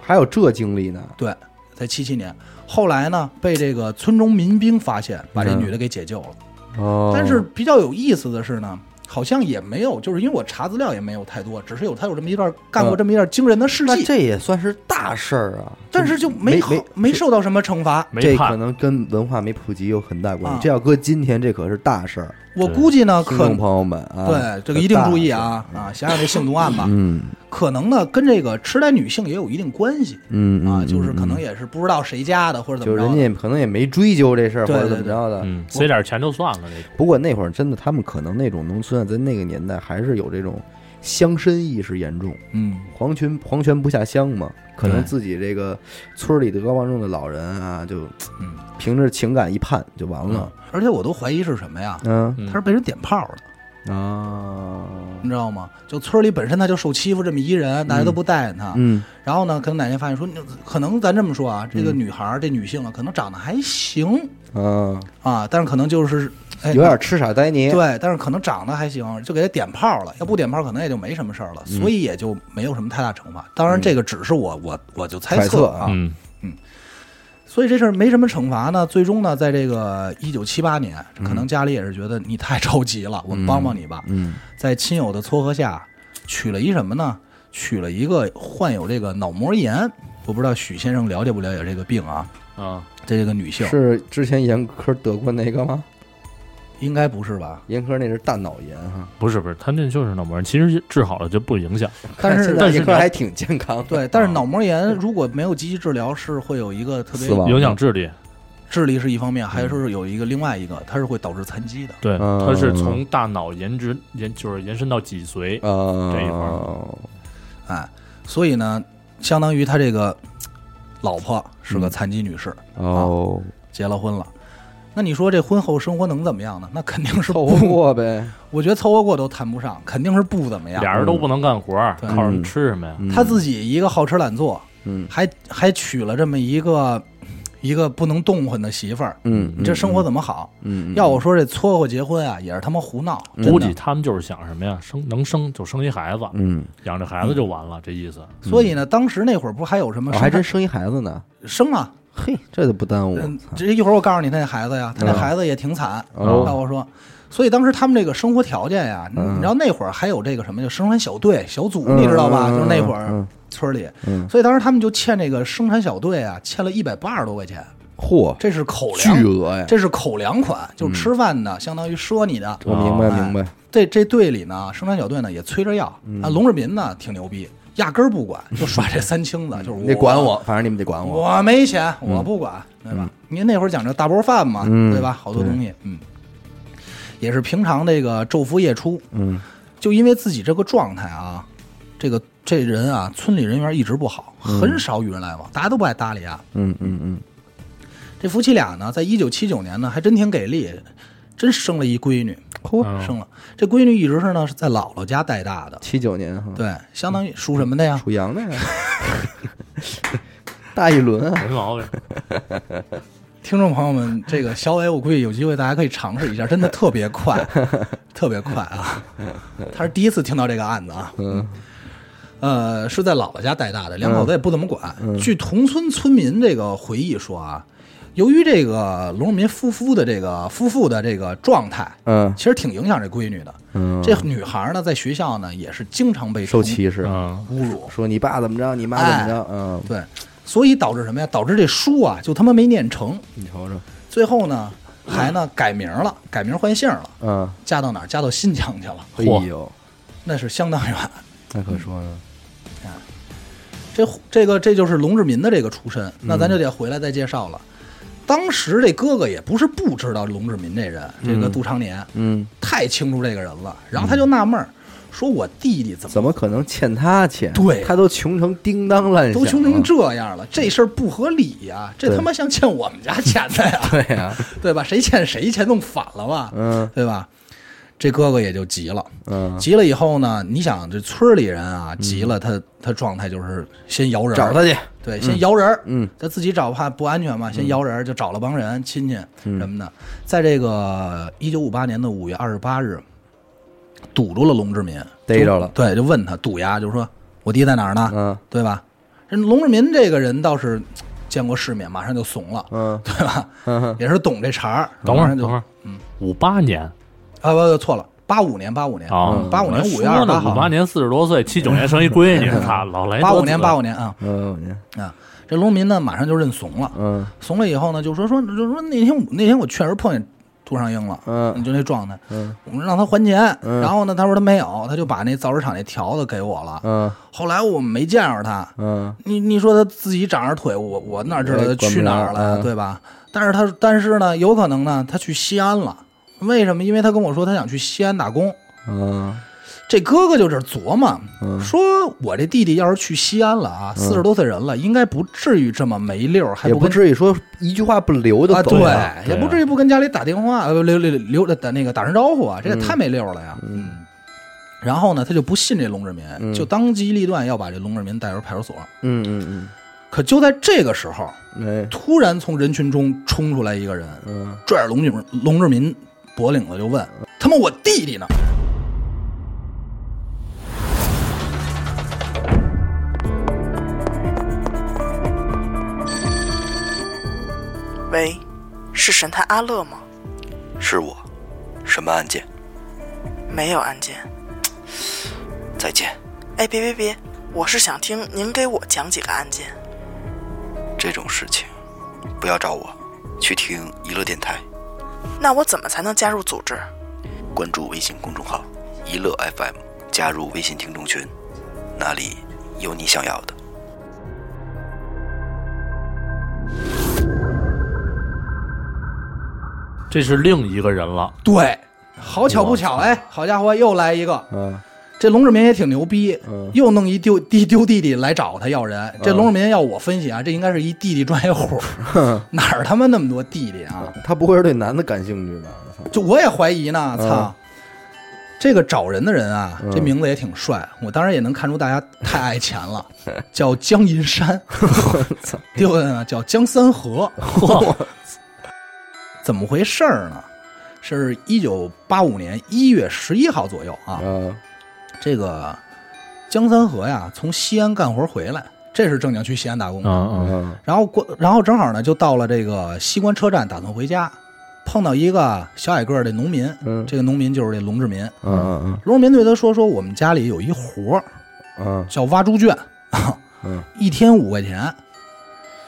Speaker 2: 还有这经历呢。
Speaker 1: 对，在七七年，后来呢被这个村中民兵发现，把这
Speaker 2: 嗯
Speaker 1: 女的给解救了。
Speaker 2: 哦
Speaker 1: 但是比较有意思的是呢，好像也没有，就是因为我查资料也没有太多，只是有他有这么一段干过这么一段惊人的事
Speaker 2: 嗯那
Speaker 1: 迹，
Speaker 2: 这也算是大事儿啊。
Speaker 1: 但是就没
Speaker 2: 没
Speaker 1: 好
Speaker 2: 没
Speaker 1: 没受到什么惩罚。
Speaker 3: [laughs] 没
Speaker 2: 这可
Speaker 3: 判
Speaker 2: 能跟文化没普及有很大关系。
Speaker 1: 啊
Speaker 2: 这要搁今天，这可是大事儿。
Speaker 1: 我估计呢，
Speaker 2: 听
Speaker 1: 可
Speaker 2: 众朋友们啊，
Speaker 1: 对这个一定注意啊啊，想想这性奴案吧
Speaker 2: 大事儿。，嗯
Speaker 1: 可能呢跟这个痴呆女性也有一定关系
Speaker 2: 嗯
Speaker 1: 啊，
Speaker 2: 嗯
Speaker 1: 就是
Speaker 2: 嗯
Speaker 1: 可能也是不知道谁家的或者怎
Speaker 2: 就
Speaker 1: 么
Speaker 2: 人
Speaker 1: 着啊
Speaker 2: 家
Speaker 1: 的。
Speaker 2: 也可能也没追究这事儿或
Speaker 1: 对
Speaker 2: 者
Speaker 1: 对
Speaker 2: 怎么着的。
Speaker 3: 嗯，塞点钱就算了那种。
Speaker 2: 不过那会儿真的，他们可能那种农村啊，在那个年代还是有这种乡绅意识严重，
Speaker 1: 嗯，
Speaker 2: 皇权皇权不下乡嘛，可能
Speaker 3: 对
Speaker 2: 自己这个村里德高望重的老人啊，就
Speaker 1: 嗯
Speaker 2: 凭着情感一判就完了。
Speaker 1: 而且我都怀疑是什么呀？
Speaker 2: 嗯
Speaker 3: 嗯
Speaker 1: 他是被人点炮的，
Speaker 2: 啊，
Speaker 1: 你知道吗？就村里本身他就受欺负这么一人，大家都不待见他，
Speaker 2: 嗯
Speaker 1: 然后呢，可能哪天发现说，你可能咱这么说啊，这个女孩儿、这女性啊，可能长得还行
Speaker 2: 啊，
Speaker 1: 啊，但是可能就是，哎，
Speaker 2: 有点痴傻呆泥。
Speaker 1: 对，但是可能长得还行，就给她点炮了。要不点炮，可能也就没什么事儿了，
Speaker 2: 嗯
Speaker 1: 所以也
Speaker 2: 嗯
Speaker 1: 就没有什么太大惩罚。当然，这个只是我我我就猜
Speaker 2: 猜测
Speaker 1: 啊。
Speaker 3: 嗯，
Speaker 1: 所以这事儿没什么惩罚呢。最终呢，在这个一九七八年，可能家里也是觉得你太着急了，我们帮帮你吧。
Speaker 2: 嗯，
Speaker 1: 在亲友的撮合下，娶了一什么呢？娶了一个患有这个脑膜炎，我不知道许先生了解不了解这个病啊？
Speaker 3: 啊，
Speaker 1: 这这个女性
Speaker 2: 是之前严科得过那个吗？
Speaker 1: 应该不是吧？
Speaker 2: 严科那是大脑炎哈，
Speaker 3: 不是不是，他那就是脑膜炎，其实治好了就不影响。
Speaker 1: 但是
Speaker 2: 看现在啊
Speaker 3: 但是
Speaker 2: 严
Speaker 3: 你
Speaker 2: 科
Speaker 3: 要
Speaker 2: 还挺健康的。
Speaker 1: 对，但是脑膜炎如果没有积极治疗，是会有一个特别
Speaker 2: 死亡
Speaker 3: 影响智力，
Speaker 1: 智力是一方面，还是有一个另外一个，它是会导致残疾的。
Speaker 3: 对，
Speaker 2: 嗯
Speaker 3: 它是从大脑延直延就是延伸到脊髓，
Speaker 2: 呃，
Speaker 3: 这一块
Speaker 1: 哎，所以呢，相当于他这个老婆是
Speaker 2: 嗯
Speaker 1: 个残疾女士，
Speaker 2: 哦，
Speaker 1: 结了婚了。那你说这婚后生活能怎么样呢？那肯定是
Speaker 2: 凑
Speaker 1: 不，
Speaker 2: 合过呗。
Speaker 1: 我觉得凑合过都谈不上，肯定是不怎么样。
Speaker 3: 俩人都不能干活，
Speaker 1: 对
Speaker 3: 靠什么吃什么呀？
Speaker 2: 哎嗯
Speaker 1: 他自己一个好吃懒做，
Speaker 2: 嗯
Speaker 1: 还还娶了这么一个一个不能动混的媳妇儿，
Speaker 2: [laughs] 嗯，
Speaker 1: 你这生活怎么好？
Speaker 2: 嗯，嗯
Speaker 1: 要我说这撮合结婚啊，也是他妈胡闹，真的
Speaker 3: 估计他们就是想什么呀，生能生就生一孩子，
Speaker 2: 嗯，
Speaker 3: 养着孩子就完了，这意思。
Speaker 1: 所以呢，当时那会儿不是还有什么
Speaker 2: 我
Speaker 1: 生
Speaker 2: 嗯哦还真
Speaker 1: 产
Speaker 2: 生一孩子呢，
Speaker 1: 生啊？
Speaker 2: 嘿，这都不耽误。
Speaker 1: 嗯，这一会儿我告诉你他那孩子呀，他那
Speaker 2: 嗯
Speaker 1: 孩子也挺惨。
Speaker 2: 哦
Speaker 1: 要我说，所以当时他们这个生活条件呀，你
Speaker 2: 嗯
Speaker 1: 你知道那会儿还有这个什么叫生产小队、小组，
Speaker 2: 嗯
Speaker 1: 你知道吧？
Speaker 2: 嗯
Speaker 1: 就是那会儿
Speaker 2: 嗯
Speaker 1: 村里，
Speaker 2: 嗯，
Speaker 1: 所以当时他们就欠这个生产小队啊，欠了一百八十多块钱，
Speaker 2: 嚯，
Speaker 1: 这是口
Speaker 2: 巨
Speaker 1: 粮，
Speaker 2: 额呀！
Speaker 1: 这是口粮款，就吃饭
Speaker 2: 嗯
Speaker 1: 的，相当于赊你的。
Speaker 2: 我明白明白，
Speaker 1: 这这队里呢，生产小队呢也催着要
Speaker 2: 嗯
Speaker 1: 啊，龙志民呢挺牛逼，压根儿不管，就耍这三清子，就是
Speaker 2: 你得嗯管我，反正你们得管我。
Speaker 1: 我没钱，我不管，对吧？您那会儿讲究大锅饭嘛，
Speaker 2: 嗯
Speaker 1: 对吧？好多东西，嗯，也是平常这个昼伏夜出，
Speaker 2: 嗯，
Speaker 1: 就因为自己这个状态啊，这个这人啊，村里人缘一直不好，很少与人来往，大家都不爱搭理啊。
Speaker 2: 嗯嗯嗯，
Speaker 1: 这夫妻俩呢，在一九七九年呢，还真挺给力，真生了一闺女，
Speaker 2: 嚯，
Speaker 3: 嗯
Speaker 1: 生了这闺女一直是呢是在姥姥家带大的，
Speaker 2: 七九年哈，
Speaker 1: 对，相当于属什么的呀？
Speaker 2: 属羊的呀， [laughs] 大一轮啊，
Speaker 3: 没毛
Speaker 2: [laughs]
Speaker 3: 病，
Speaker 1: 听众朋友们，这个小伟，我估计有机会大家可以尝试一下，真的特别
Speaker 2: [laughs]
Speaker 1: 快，特别快啊！他是第一次听到这个案子啊，
Speaker 2: 嗯
Speaker 1: 呃，是在姥姥家带大的，两口子也不怎么管。
Speaker 2: 嗯
Speaker 1: 据同村村民这个回忆说啊，由于这个龙民夫妇的这个夫妇的这个状态，
Speaker 2: 嗯
Speaker 1: 其实挺影响这闺女的。
Speaker 2: 嗯，
Speaker 1: 这女孩呢，在学校呢也是经常被
Speaker 2: 受
Speaker 1: 同
Speaker 2: 歧视，啊
Speaker 3: 嗯，
Speaker 1: 侮辱，
Speaker 2: 说你爸怎么着，你妈怎么着，嗯，
Speaker 1: 对，所以导致什么呀？导致这书啊，就他妈没念成。
Speaker 2: 你瞅瞅，
Speaker 1: 最后呢，还呢改名了，改名换姓了，
Speaker 2: 嗯，
Speaker 1: 嫁到哪儿？嫁到新疆去了，
Speaker 2: 哎呦，
Speaker 1: 那是相当远。
Speaker 2: 那可说呢，
Speaker 1: 这这个这就是龙志民的这个出身，那咱就得回来再介绍了。当时这哥哥也不是不知道龙志民这人，这个杜长年、
Speaker 2: 嗯，
Speaker 1: 太清楚这个人了，然后他就纳闷儿，说我弟弟怎么
Speaker 2: 怎么可能欠他钱？
Speaker 1: 对
Speaker 2: 他都穷成叮当乱响，
Speaker 1: 都穷成，
Speaker 2: 啊
Speaker 1: 这样了？这事儿不合理呀、这他妈像欠我们家钱的呀，
Speaker 2: [laughs] 对呀，
Speaker 1: 对吧？谁欠谁钱弄反了吧？
Speaker 2: 嗯
Speaker 1: 对吧？这哥哥也就急了，
Speaker 2: 嗯，
Speaker 1: 急了以后呢，你想这村里人啊，急了他他状态就是先摇人儿，
Speaker 2: 找他去，
Speaker 1: 对，先摇人儿，
Speaker 2: 嗯，
Speaker 1: 他自己找怕不安全嘛，先摇人儿就找了帮人亲戚
Speaker 2: 嗯
Speaker 1: 什么的，在这个一九五八年的五月二十八日，堵住了龙志民，
Speaker 2: 逮着了
Speaker 1: 就对，就问他堵呀，就说我弟在哪儿呢？
Speaker 2: 嗯
Speaker 1: 对吧？这龙志民这个人倒是见过世面，马上就怂了，
Speaker 2: 嗯
Speaker 1: 对吧？
Speaker 2: 嗯
Speaker 1: 也是懂这茬儿，
Speaker 3: 等会
Speaker 1: 马
Speaker 3: 儿
Speaker 1: 上
Speaker 3: 等
Speaker 1: 就
Speaker 3: 会儿，五八年
Speaker 1: 啊不不错了，八五年八五年嗯
Speaker 3: 啊，
Speaker 1: 八五年五月二十八号嗯
Speaker 3: 五，八年四十多岁，七九年生一闺女，操，老来
Speaker 1: 八五年八
Speaker 3: 五
Speaker 1: 五年啊
Speaker 2: 嗯
Speaker 1: 啊！这农民呢，马上就认怂了，
Speaker 2: 嗯
Speaker 1: 怂了以后呢，就说说就说那天我那天我确实碰见杜尚英了，
Speaker 2: 嗯
Speaker 1: 你就那状态，
Speaker 2: 嗯
Speaker 1: 我们让他还钱，
Speaker 2: 嗯
Speaker 1: 然后呢，他说他没有，他就把那造纸厂那条子给我了。
Speaker 2: 嗯
Speaker 1: 后来我没见着他，
Speaker 2: 嗯，
Speaker 1: 你你说他自己长着腿，我我哪知道他去哪儿
Speaker 2: 我
Speaker 1: 了，
Speaker 2: 也管不了嗯
Speaker 1: 对吧？但是他但是呢，有可能呢，他去西安了。为什么？因为他跟我说他想去西安打工。
Speaker 2: 嗯
Speaker 1: 这哥哥就这琢磨，
Speaker 2: 嗯
Speaker 1: 说我这弟弟要是去西安了啊，四十多岁人了，应该不至于这么没溜儿，还
Speaker 2: 也
Speaker 1: 不
Speaker 2: 不
Speaker 1: 跟
Speaker 2: 至于说一句话不留的
Speaker 1: 啊，
Speaker 2: 走了，
Speaker 1: 对，也不至于不跟家里打电话，呃，留留留的那个打声招呼啊，这也太没溜儿了呀。嗯。然后呢，他就不信这龙志民，就当机立断要把这龙志民带回派出所。
Speaker 2: 嗯嗯
Speaker 1: 可就在这个时候，
Speaker 2: 嗯，哎，
Speaker 1: 突然从人群中冲出来一个人，
Speaker 2: 嗯
Speaker 1: 拽着龙志龙志民脖领子就问：“他妈，我弟弟呢？”
Speaker 4: 喂，是神探阿乐吗？
Speaker 5: 是我，什么案件？
Speaker 4: 没有案件。
Speaker 5: 再见，
Speaker 4: 哎，别别别，我是想听您给我讲几个案件。
Speaker 5: 这种事情不要找我，去听娱乐电台，
Speaker 4: 那我怎么才能加入组织？
Speaker 5: 关注微信公众号“娱乐 FM”，加入微信听众群，那里有你想要的。
Speaker 3: 这是另一个人了。
Speaker 1: 对，好巧不巧，哎，好家伙，又来一个。
Speaker 2: 嗯，
Speaker 1: 这龙志民也挺牛逼，
Speaker 2: 嗯
Speaker 1: 又弄一丢弟丢弟弟来找他要人。这龙志民要我分析啊，这应该是一弟弟专业户， [laughs] 哪儿他妈那么多弟弟啊？
Speaker 2: 他不会是对男的感兴趣吧？我操
Speaker 1: 就我也怀疑呢，操！这个找人的人啊，这
Speaker 2: 嗯
Speaker 1: 名字也挺帅，我当然也能看出大家太爱钱
Speaker 2: [laughs]
Speaker 1: 了，叫江银山，对 [laughs] 不对呢？叫江三
Speaker 2: [laughs]
Speaker 1: 河，怎么回事儿呢？是一九八五年一月十一号左右啊，
Speaker 2: 嗯
Speaker 1: 这个江三河呀，从西安干活回来，这是正经去西安打工的。
Speaker 3: 嗯嗯，
Speaker 2: 嗯
Speaker 1: 然后过，然后正好呢，就到了这个西关车站，打算回家，碰到一个小矮个儿的农民。
Speaker 2: 嗯
Speaker 1: 这个农民就是这龙志民。
Speaker 2: 嗯嗯
Speaker 1: 龙志民对他说：“说我们家里有一活儿
Speaker 2: 嗯
Speaker 1: 叫挖猪圈，啊
Speaker 2: 嗯，
Speaker 1: 一天五块钱，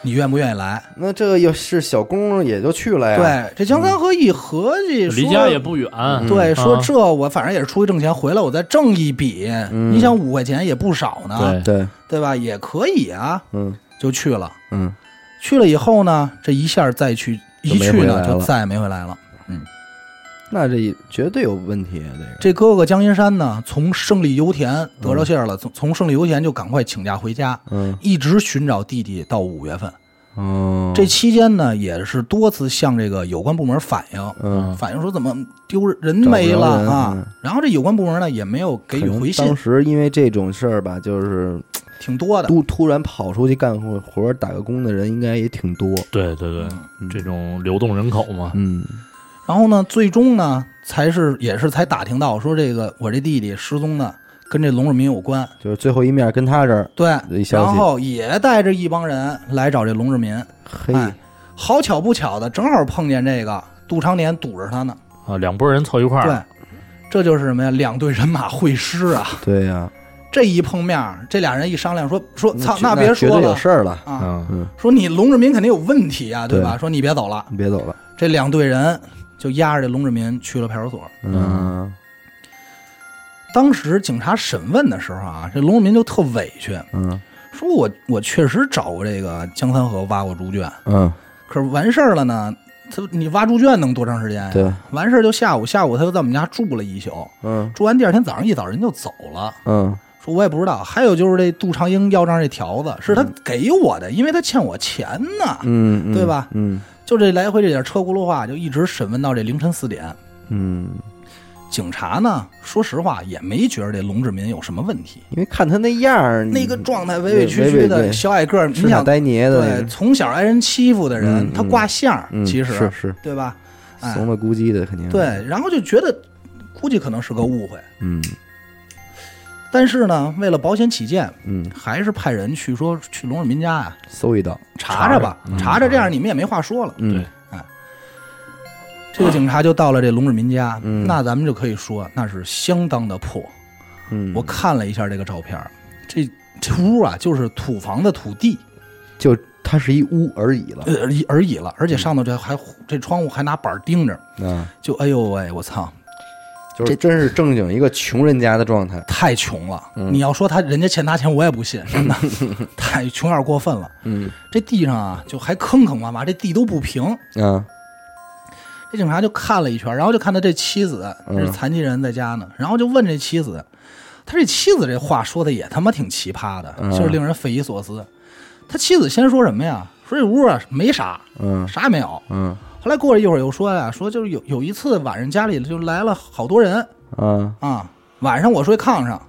Speaker 1: 你愿不愿意来
Speaker 2: 那这要是小工也就去？”哎了呀。
Speaker 1: 对，这江三河一合计，
Speaker 3: 嗯离
Speaker 1: 说
Speaker 3: 家也不远。
Speaker 1: 对，
Speaker 3: 嗯
Speaker 1: 说
Speaker 3: 啊
Speaker 1: 这我反正也是出去挣钱，回来我再挣一笔。
Speaker 2: 嗯
Speaker 1: 你想五块钱也不少呢，
Speaker 3: 对
Speaker 2: 对，
Speaker 1: 对吧？也可以啊，
Speaker 2: 嗯
Speaker 1: 就去了。
Speaker 2: 嗯
Speaker 1: 去了以后呢，这一下再去一
Speaker 2: 就
Speaker 1: 去
Speaker 2: 没回来
Speaker 1: 呢，
Speaker 2: 了
Speaker 1: 就再也没回来了。
Speaker 2: 那这绝对有问题啊！这
Speaker 1: 这哥哥江阴山呢，从胜利油田得
Speaker 2: 嗯
Speaker 1: 着信儿了，从从胜利油田就赶快请假回家，
Speaker 2: 个，嗯
Speaker 1: 一直寻找弟弟到五月份。
Speaker 2: 嗯，
Speaker 1: 这期间呢，也是多次向这个有关部门反映，
Speaker 2: 嗯
Speaker 1: 反映说怎么丢人没了
Speaker 2: 找不着人嗯
Speaker 1: 啊。然后这有关部门呢也没有给
Speaker 2: 可
Speaker 1: 予
Speaker 2: 能
Speaker 1: 回
Speaker 2: 当
Speaker 1: 信，
Speaker 2: 时因为这种事儿吧，就是
Speaker 1: 挺多的。
Speaker 2: 突突然跑出去干活活儿打个工的人应该也挺多。
Speaker 3: 对对对，
Speaker 1: 嗯
Speaker 3: 这种流动人口嘛，
Speaker 2: 嗯
Speaker 1: 然后呢，最终呢，才是也是才打听到说这个我这弟弟失踪呢，跟这龙志民有关。，
Speaker 2: 就是最后一面跟他这儿，
Speaker 1: 对
Speaker 2: 的一，消息
Speaker 1: 然后也带着一帮人来找这龙志民。
Speaker 2: 嘿，
Speaker 1: 哎，好巧不巧的，正好碰见这个杜长年堵着他呢。
Speaker 3: 啊，两拨人凑一块儿，
Speaker 1: 对，这就是什么呀？两队人马会师啊！
Speaker 2: 对呀，
Speaker 1: 这一碰面儿，这俩人一商量说说，操，
Speaker 2: 那
Speaker 1: 别
Speaker 2: 绝
Speaker 1: 说
Speaker 2: 对有
Speaker 1: 了，
Speaker 2: 事儿了，
Speaker 1: 啊，
Speaker 3: 嗯，
Speaker 2: 嗯，
Speaker 1: 说你龙志民肯定有问题啊，对吧？
Speaker 2: 对
Speaker 1: 说你别走了，
Speaker 2: 你别走了，
Speaker 1: 这两队人就押着这龙志民去了派出所。
Speaker 2: 嗯
Speaker 1: 当时警察审问的时候啊，这龙志民就特委屈，
Speaker 2: 嗯
Speaker 1: 说我我确实找过这个江三河挖过猪圈，
Speaker 2: 嗯，
Speaker 1: 可是完事儿了呢，他你挖猪圈能多长时间呀？
Speaker 2: 对，
Speaker 1: 完事儿就下午，下午他就在我们家住了一宿，
Speaker 2: 嗯
Speaker 1: 住完第二天早上一早人就走了。
Speaker 2: 嗯
Speaker 1: 说我也不知道，还有就是这杜长英要账这条子是他给我的，因为他欠我钱呢。
Speaker 2: 嗯，
Speaker 1: 对吧
Speaker 2: 嗯
Speaker 1: 就这来回这点车轱辘话，就一直审问到这凌晨四点。
Speaker 2: 嗯，
Speaker 1: 警察呢，说实话也没觉得这龙志民有什么问题，
Speaker 2: 因为看他那样儿，
Speaker 1: 那个状态委委屈
Speaker 2: 委
Speaker 1: 屈
Speaker 2: 委
Speaker 1: 的
Speaker 2: 嗯对
Speaker 1: 小矮个儿，
Speaker 2: 吃
Speaker 1: 你
Speaker 2: 傻
Speaker 1: 想
Speaker 2: 呆捏的
Speaker 1: 对
Speaker 2: 那个，
Speaker 1: 从小挨人欺负的人，
Speaker 2: 嗯
Speaker 1: 他挂相儿，
Speaker 2: 嗯，
Speaker 1: 其
Speaker 2: 是
Speaker 1: 实
Speaker 2: 是
Speaker 1: 对吧？哎
Speaker 2: 怂了咕叽的，肯定是，
Speaker 1: 对，然后就觉得估计可能是个误会，
Speaker 2: 嗯
Speaker 1: 但是呢，为了保险起见，
Speaker 2: 嗯，
Speaker 1: 还是派人去说去龙志民家啊，
Speaker 2: 搜一刀，
Speaker 1: 查查吧，查查，这样你们也没话说了。
Speaker 2: 嗯
Speaker 3: 对，
Speaker 1: 这个警察就到了这龙志民家，
Speaker 2: 嗯
Speaker 1: 那咱们就可以说那是相当的破。
Speaker 2: 嗯，
Speaker 1: 我看了一下这个照片，这这屋啊就是土房的土地
Speaker 2: 就他是一屋而已了，
Speaker 1: 呃而已而已了，而且上头这还这窗户还拿板儿钉着，
Speaker 2: 啊，
Speaker 1: 就哎呦喂，我操！
Speaker 2: 就是真是正经一个穷人家的状态，啊
Speaker 1: 太穷了，
Speaker 2: 嗯
Speaker 1: 你要说他人家欠他钱，我也不信，真的
Speaker 2: [laughs]
Speaker 1: 太穷有点过分了。
Speaker 2: 嗯
Speaker 1: 这地上啊，就还坑坑洼洼，这地都不平。
Speaker 2: 啊，
Speaker 1: 这警察就看了一圈，然后就看他这妻子
Speaker 2: 嗯
Speaker 1: 是残疾人在家呢，然后就问这妻子，他这妻子这话说的也他妈挺奇葩的，
Speaker 2: 嗯
Speaker 1: 就是令人匪夷所思。他妻子先说什么呀？说这屋啊没啥，
Speaker 2: 嗯
Speaker 1: 啥也没有。
Speaker 2: 嗯
Speaker 1: 后来过了一会儿又说呀，说就是有有一次晚上家里就来了好多人
Speaker 2: 啊，
Speaker 1: 啊，晚上我睡炕上，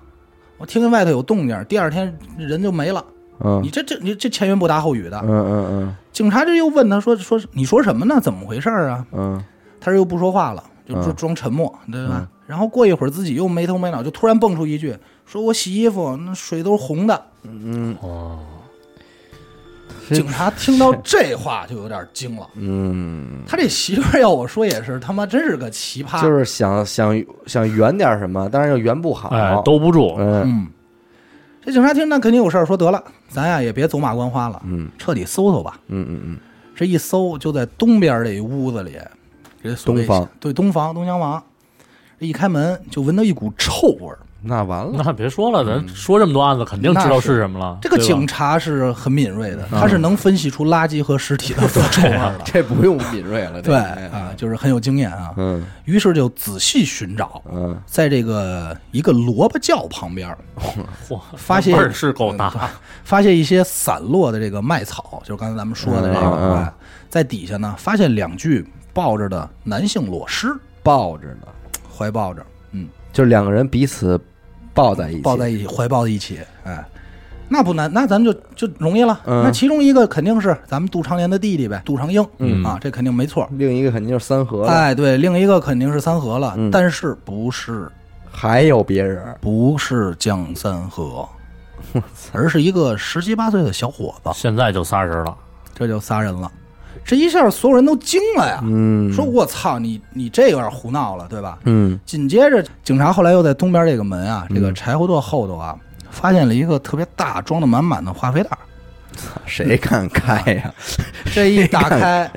Speaker 1: 我听见外头有动静，第二天人就没了。
Speaker 2: 嗯
Speaker 1: 你这这你这前言不搭后语的，
Speaker 2: 嗯嗯
Speaker 1: 警察这又问他说说你说什么呢？怎么回事儿啊？
Speaker 2: 嗯嗯
Speaker 1: 他这又不说话了，就装
Speaker 2: 嗯
Speaker 1: 装沉默，对吧？然后过一会儿自己又没头没脑，就突然蹦出一
Speaker 2: 嗯
Speaker 1: 句说：“我洗衣服，那水都是红的。
Speaker 3: 哦，
Speaker 1: 警察听到这话就有点惊了。
Speaker 2: [laughs] 嗯，
Speaker 1: 他这媳妇儿要我说也是，他妈真是个奇葩。
Speaker 2: 就是想想想圆点什么，但是又圆不好，
Speaker 3: 哎，兜不住，
Speaker 2: 嗯
Speaker 1: 嗯，这警察听那肯定有事儿，说得了，咱呀也别走马观花了，
Speaker 2: 嗯，
Speaker 1: 彻底搜搜吧。
Speaker 2: 嗯嗯嗯，
Speaker 1: 这一搜就在东边这一屋子里，这所谓
Speaker 2: 东方
Speaker 1: 对东房东厢房，这一开门就闻到一股臭味儿。
Speaker 2: 那完了，
Speaker 3: 那别说了，咱说这么多案子，肯定知道是什么了。
Speaker 1: 嗯这个
Speaker 3: 对吧嗯
Speaker 1: 警察是很敏锐的，他是能分析出垃圾和尸体的 [laughs] 臭味儿的。
Speaker 2: [laughs] 这不用敏锐了，这
Speaker 1: 对啊，就是很有经验啊。
Speaker 2: 哎嗯
Speaker 1: 于是就仔细寻找，
Speaker 2: 嗯，
Speaker 1: 在这个一个萝卜窖旁边儿
Speaker 3: 嚯，
Speaker 1: [laughs] 发现嗯
Speaker 3: 味儿是够大，
Speaker 1: 发现一些散落的这个麦草，就是刚才咱们说的这个，
Speaker 2: 嗯嗯
Speaker 1: 哎在底下呢发现两具抱着的男性裸尸，
Speaker 2: 抱着呢，
Speaker 1: 怀抱着，嗯，
Speaker 2: 就是两个人彼此抱在一起，
Speaker 1: 抱在一起，怀抱在一起，哎，那不难，那咱们就就容易了。
Speaker 2: 嗯
Speaker 1: 那其中一个肯定是咱们杜长年的弟弟呗，杜长英，
Speaker 2: 嗯
Speaker 1: 啊，这肯定没错。
Speaker 2: 另一个肯定就是三合了，
Speaker 1: 哎，对，另一个肯定是三河了，
Speaker 2: 嗯
Speaker 1: 但是不是
Speaker 2: 还有别人，
Speaker 1: 不是江三河，而是一个十七八岁的小伙子，
Speaker 3: 现在就仨人了，
Speaker 1: 这就仨人了。这一下所有人都惊了呀，
Speaker 2: 嗯，
Speaker 1: 说我操，你你这有点胡闹了，对吧？
Speaker 2: 嗯
Speaker 1: 紧接着，警察后来又在东边这个门啊，这个柴火垛后头啊，发现了一个特别大、装的满满的化肥
Speaker 2: [laughs]
Speaker 1: 袋儿。
Speaker 2: 谁敢开呀？
Speaker 1: 这一打开，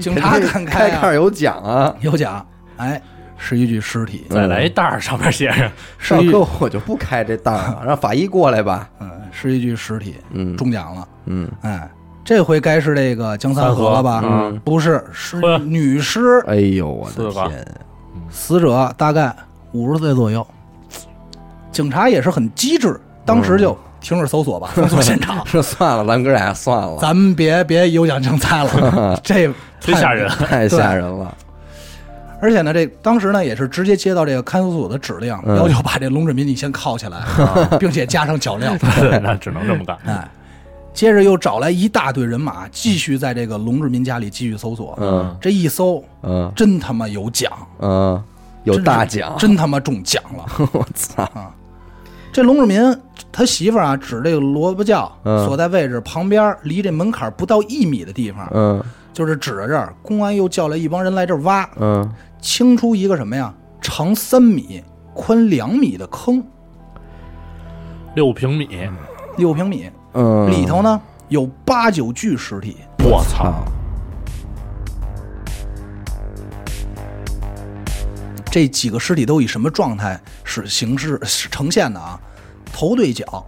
Speaker 1: 警察敢
Speaker 2: 开盖
Speaker 1: 啊
Speaker 2: 儿，有奖啊！
Speaker 1: 有奖，哎，是一具尸体。
Speaker 2: 嗯
Speaker 3: 再来一袋儿，上面写着
Speaker 1: [laughs] 是
Speaker 2: 上
Speaker 1: 一
Speaker 2: 课我就不开这档了，让法医过来吧。
Speaker 1: 嗯，是一具尸体，
Speaker 2: 嗯
Speaker 1: 中奖了，
Speaker 2: 嗯，
Speaker 1: 哎，这回该是这个江三河了吧？
Speaker 3: 三河嗯
Speaker 1: 不是，是
Speaker 3: 呵
Speaker 1: 女尸，
Speaker 2: 哎呦我
Speaker 3: 四
Speaker 2: 的
Speaker 3: 个
Speaker 2: 天，
Speaker 1: 死者大概五十岁左右。警察也是很机智，当时
Speaker 2: 嗯
Speaker 1: 就停止搜索吧，封锁现场。
Speaker 2: 这算了，咱哥俩算了，
Speaker 1: 咱们别别有奖竞
Speaker 2: [laughs]
Speaker 1: 猜了， [laughs] 这
Speaker 3: 忒
Speaker 1: 太
Speaker 3: 吓人。
Speaker 2: 太吓人了。
Speaker 1: 而且呢，这当时呢也是直接接到这个看守所的指令，
Speaker 2: 嗯
Speaker 1: 要求把这龙志民你先铐起来， [laughs] 并且加上脚
Speaker 2: [laughs]
Speaker 1: 镣。
Speaker 3: 对 [laughs] 那只能这么干。
Speaker 1: 哎，接着又找来一大队人马，继续在这个龙志民家里继续搜索。
Speaker 2: 嗯
Speaker 1: 这一搜，
Speaker 2: 嗯
Speaker 1: 真他妈有奖，
Speaker 2: 嗯，有大奖，
Speaker 1: 真他妈中奖了。
Speaker 2: 我操！
Speaker 1: 这龙志民他媳妇儿啊，指这个萝卜窖
Speaker 2: 嗯
Speaker 1: 所在位置旁边，离这门槛不到一米的地方，
Speaker 2: 嗯
Speaker 1: 就是指着这儿。公安又叫来一帮人来这儿挖，
Speaker 2: 嗯，
Speaker 1: 清出一个什么呀？长三米、宽两米的坑，
Speaker 3: 六平米，
Speaker 1: 嗯六平米，
Speaker 2: 嗯，
Speaker 1: 里头呢有八九具尸体。
Speaker 3: 我操！
Speaker 2: 啊，
Speaker 1: 这几个尸体都以什么状态是形式是呈现的啊？头对脚，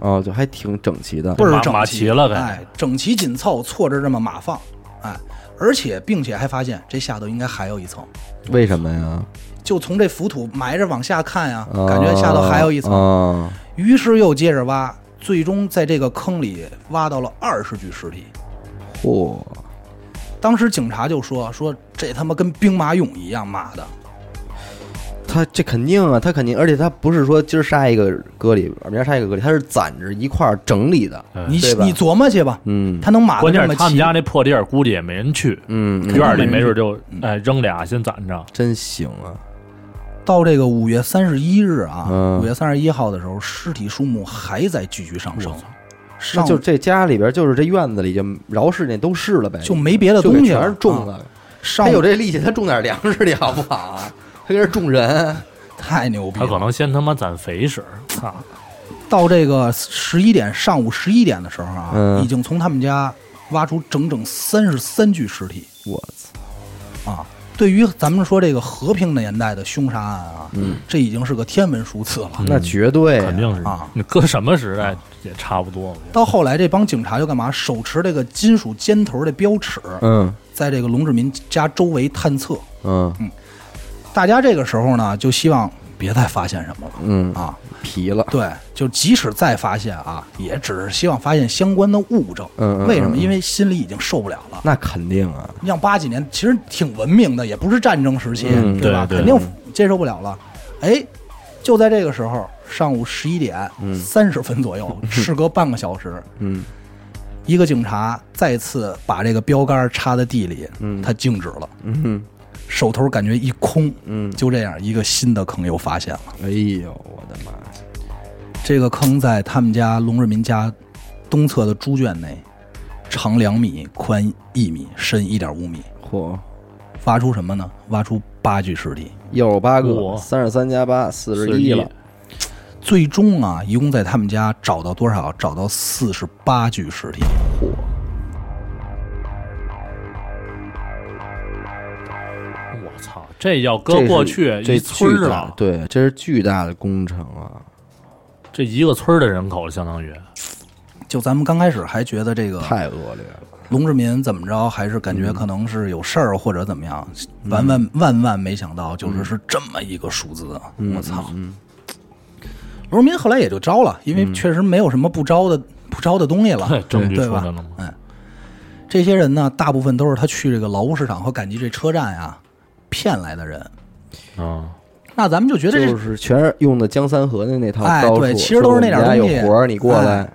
Speaker 2: 哦，就还挺整齐的
Speaker 1: 倍。儿
Speaker 3: 码
Speaker 1: 整
Speaker 3: 码
Speaker 1: 齐
Speaker 3: 齐了呗
Speaker 1: 哎，整齐紧凑，错着这么码放，哎，而且并且还发现这下头应该还有一层，
Speaker 2: 为什么呀？
Speaker 1: 就从这浮土埋着往下看呀，
Speaker 2: 啊
Speaker 1: 感觉下头还有一层，
Speaker 2: 啊，
Speaker 1: 于是又接着挖，最终在这个坑里挖到了二十具尸体。
Speaker 2: 嚯，
Speaker 1: 当时警察就说：“说这他妈跟兵马俑一样，妈的！
Speaker 2: 他这肯定啊，他肯定，而且他不是说今儿杀一个搁里，明儿杀一个搁里，他是攒着一块儿整理的。
Speaker 3: 哎
Speaker 1: 嗯你
Speaker 2: 对吧
Speaker 1: 你琢磨去吧，
Speaker 2: 嗯
Speaker 1: 他能码的
Speaker 3: 关键
Speaker 1: 这
Speaker 3: 是
Speaker 1: 么
Speaker 3: 他们
Speaker 1: 齐
Speaker 3: 家那破地儿，估计也没人去，
Speaker 2: 嗯，嗯
Speaker 3: 院儿里没准就哎扔俩先攒着。
Speaker 2: 真行啊！
Speaker 1: 到这个五月三十一日啊，
Speaker 2: 嗯
Speaker 1: 五、月三十一号的时候，尸体数目还在继续上升，
Speaker 2: 那
Speaker 1: 上
Speaker 2: 就这家里边，就是这院子里就饶是那都是了呗，
Speaker 1: 就没别的
Speaker 2: 就给
Speaker 1: 东西了啊
Speaker 2: 全是种的。
Speaker 1: 上
Speaker 2: 他有这力气，他种点粮食去好不好 [laughs] 啊？他跟这种人，
Speaker 1: 太牛逼
Speaker 3: 他可
Speaker 1: 了。
Speaker 3: 能先他妈攒肥食，操！
Speaker 1: 到这个十一点上午十一点的时候啊，
Speaker 2: 嗯
Speaker 1: 已经从他们家挖出整整三十三具尸体
Speaker 2: 我操！
Speaker 1: 啊。对于咱们说这个和平年代的凶杀案啊，嗯，这已经是个天文数字了。
Speaker 2: 那绝对啊
Speaker 3: 嗯肯定是
Speaker 1: 啊
Speaker 3: 你搁什么时代也差不多。
Speaker 1: 到后来，这帮警察就干嘛？手持这个金属尖头的标尺，
Speaker 2: 嗯
Speaker 1: 在这个龙志民家周围探测。
Speaker 2: 嗯
Speaker 1: 大家这个时候呢，就希望别再发现什么了
Speaker 2: 嗯，
Speaker 1: 啊！
Speaker 2: 皮了，
Speaker 1: 对，就即使再发现啊，也只是希望发现相关的物证。
Speaker 2: 嗯嗯
Speaker 1: 为什么？
Speaker 2: 嗯嗯
Speaker 1: 因为心里已经受不了了。
Speaker 2: 那肯定啊。
Speaker 1: 你像八几年，其实挺文明的，也不是战争时期，
Speaker 2: 嗯
Speaker 1: 对吧？
Speaker 3: 对对
Speaker 1: 肯定接受不了了。哎，就在这个时候，上午十一点三十分左
Speaker 2: [laughs]
Speaker 1: 右，事隔半个小时，
Speaker 2: 嗯，
Speaker 1: 一个警察再次把这个标杆插在地里，他静止了，
Speaker 2: 嗯，
Speaker 1: 手头感觉一空，
Speaker 2: 嗯
Speaker 1: 就这样一个新的坑又发现了。
Speaker 2: 哎呦我的妈呀！
Speaker 1: 这个坑在他们家龙日民家东侧的猪圈内，长两米，宽一米，深一点五米，
Speaker 2: 嚯，
Speaker 1: 挖出什么呢？挖出八具尸体。
Speaker 2: 又有八个，
Speaker 3: 哇
Speaker 2: 三十三加八，四十一了。
Speaker 1: 最终啊，一共在他们家找到多少？找到四十八具尸体。
Speaker 2: 嚯，
Speaker 3: 我操，这要
Speaker 2: 这
Speaker 3: 搁
Speaker 2: 是
Speaker 3: 过去
Speaker 2: 这
Speaker 3: 一村
Speaker 2: 巨
Speaker 3: 儿
Speaker 2: 大
Speaker 3: 了，
Speaker 2: 对，这是巨大的工程啊！
Speaker 3: 这一个村儿的人口了相当于，，
Speaker 1: 就咱们刚开始还觉得这个
Speaker 2: 太恶劣了，
Speaker 1: 龙志民怎么着，还是感觉可能是有事儿或者怎么样，万万万万没想到，就是是这么一个数字啊！我操！龙志民后来也就招了，因为确实没有什么不招的不招的东西了
Speaker 3: [laughs] 证
Speaker 1: 啊
Speaker 3: 据
Speaker 1: 对
Speaker 3: 出来
Speaker 1: 吧
Speaker 3: 了吗？
Speaker 1: 这些人呢，大部分都是他去这个劳务市场和赶集这车站啊骗来的人。
Speaker 3: 啊，
Speaker 1: 那咱们就觉得这
Speaker 2: 就是全是用的江三河的那套
Speaker 1: 哎
Speaker 2: 招数。
Speaker 1: 对其实都是那点
Speaker 2: 说我们
Speaker 1: 东
Speaker 2: 家
Speaker 1: 西
Speaker 2: 有活儿，你过来
Speaker 1: 哎。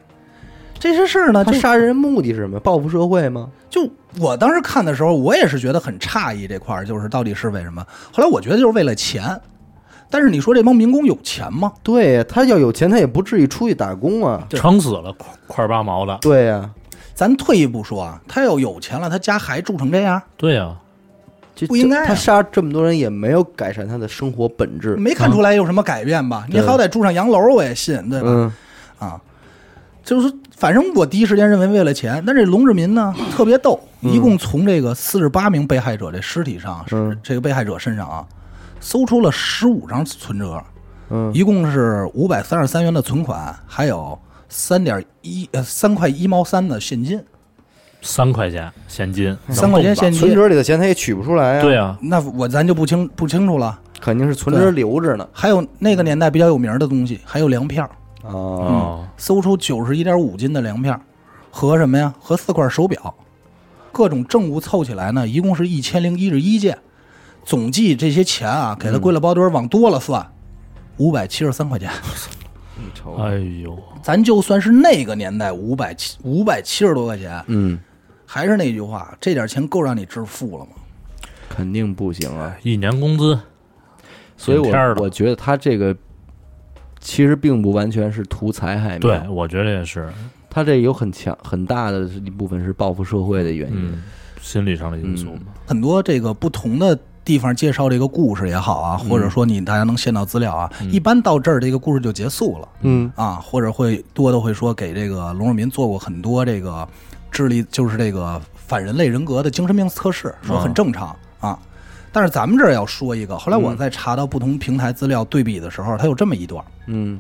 Speaker 1: 这些事儿呢，
Speaker 2: 他
Speaker 1: 就
Speaker 2: 杀人目的是什么？报复社会吗？
Speaker 1: 就我当时看的时候，我也是觉得很诧异这块儿，就是到底是为什么？后来我觉得就是为了钱。但是你说这帮民工有钱吗？
Speaker 2: 对呀，他要有钱，他也不至于出去打工啊。
Speaker 1: 对
Speaker 3: 撑死了，块块八毛的，
Speaker 2: 对呀，
Speaker 1: 咱退一步说啊，他要有钱了，他家还住成这样，
Speaker 3: 对啊呀，
Speaker 2: 这
Speaker 1: 不应该啊
Speaker 2: 他杀这么多人也没有改善他的生活本质。
Speaker 1: 没看出来有什么改变吧？你
Speaker 2: 对
Speaker 1: 好歹住上洋楼，我也信，对吧？
Speaker 2: 嗯，
Speaker 1: 啊，就是反正我第一时间认为为了钱，但这龙志民呢特别逗，一共从这个四十八名被害者这尸体上，
Speaker 2: 嗯
Speaker 1: 这个被害者身上啊，搜出了十五张存折，
Speaker 2: 嗯
Speaker 1: 一共是五百三十三元的存款，还有三点一呃三块一毛三的现金，
Speaker 3: 三块钱现金，
Speaker 2: 嗯
Speaker 1: 三块钱现
Speaker 2: 存
Speaker 1: 金，
Speaker 2: 折里的钱他也取不出来啊。
Speaker 3: 对，呀，
Speaker 1: 那我咱就不清不清楚了。
Speaker 2: 肯定是存折留着呢。
Speaker 1: 还有那个年代比较有名的东西，还有粮票，
Speaker 2: 啊，
Speaker 3: 哦，
Speaker 1: 搜出九十一点五斤的粮票和什么呀？和四块手表，各种证物凑起来呢，一共是一千零一十一件。总计这些钱啊，给他归了包堆儿，往多了算，五百七十三块钱。
Speaker 2: 你瞅
Speaker 3: 哎呦，
Speaker 1: 咱就算是那个年代五百七五百七十多块钱，
Speaker 2: 嗯，
Speaker 1: 还是那句话，这点钱够让你致富了吗？
Speaker 2: 肯定不行啊。
Speaker 3: 一年工资，
Speaker 2: 所以
Speaker 3: 哎顶天
Speaker 2: 我
Speaker 3: 儿了
Speaker 2: 我觉得他这个其实并不完全是图财害命，
Speaker 3: 对，我觉得也是，
Speaker 2: 他这有很强很大的一部分是报复社会的原因。
Speaker 3: 嗯，心理上的因素嘛，
Speaker 1: 很多这个不同的地方介绍这个故事也好啊，或者说你大家能先到资料啊，一般到这儿这个故事就结束了。
Speaker 2: 嗯
Speaker 1: 啊，或者会多的会说给这个龙若民做过很多这个智力，就是这个反人类人格的精神病测试，说很正常、啊。但是咱们这儿要说一个，后来我在查到不同平台资料对比的时候，它有这么一段，
Speaker 2: 嗯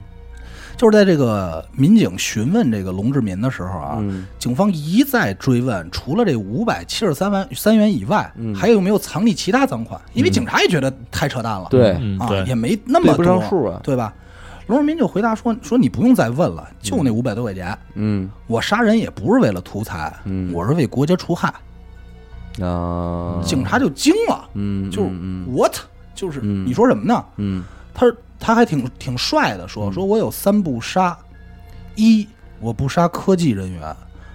Speaker 1: 就是在这个民警询问这个龙志民的时候啊，
Speaker 2: 嗯
Speaker 1: 警方一再追问，除了这五百七十三万三元以外，
Speaker 2: 嗯
Speaker 1: 还有没有藏匿其他赃款？因为警察也觉得太扯淡了，
Speaker 2: 对
Speaker 3: 嗯，
Speaker 1: 啊，也
Speaker 3: 对，
Speaker 1: 没那么
Speaker 2: 对不
Speaker 1: 多，
Speaker 2: 上数啊
Speaker 1: 对吧？龙荣民就回答说：“说你不用再问了，就那五百多块钱，
Speaker 2: 嗯
Speaker 1: 我杀人也不是为了图财，
Speaker 2: 嗯
Speaker 1: 我是为国家除害。
Speaker 2: 啊，
Speaker 1: 警察就惊了，
Speaker 2: 嗯
Speaker 1: 就是
Speaker 2: 嗯
Speaker 1: what，就是、
Speaker 2: 嗯
Speaker 1: 你说什么呢？
Speaker 2: 嗯
Speaker 1: 他他还挺挺帅的说，说我有三不杀：一，我不杀科技人员；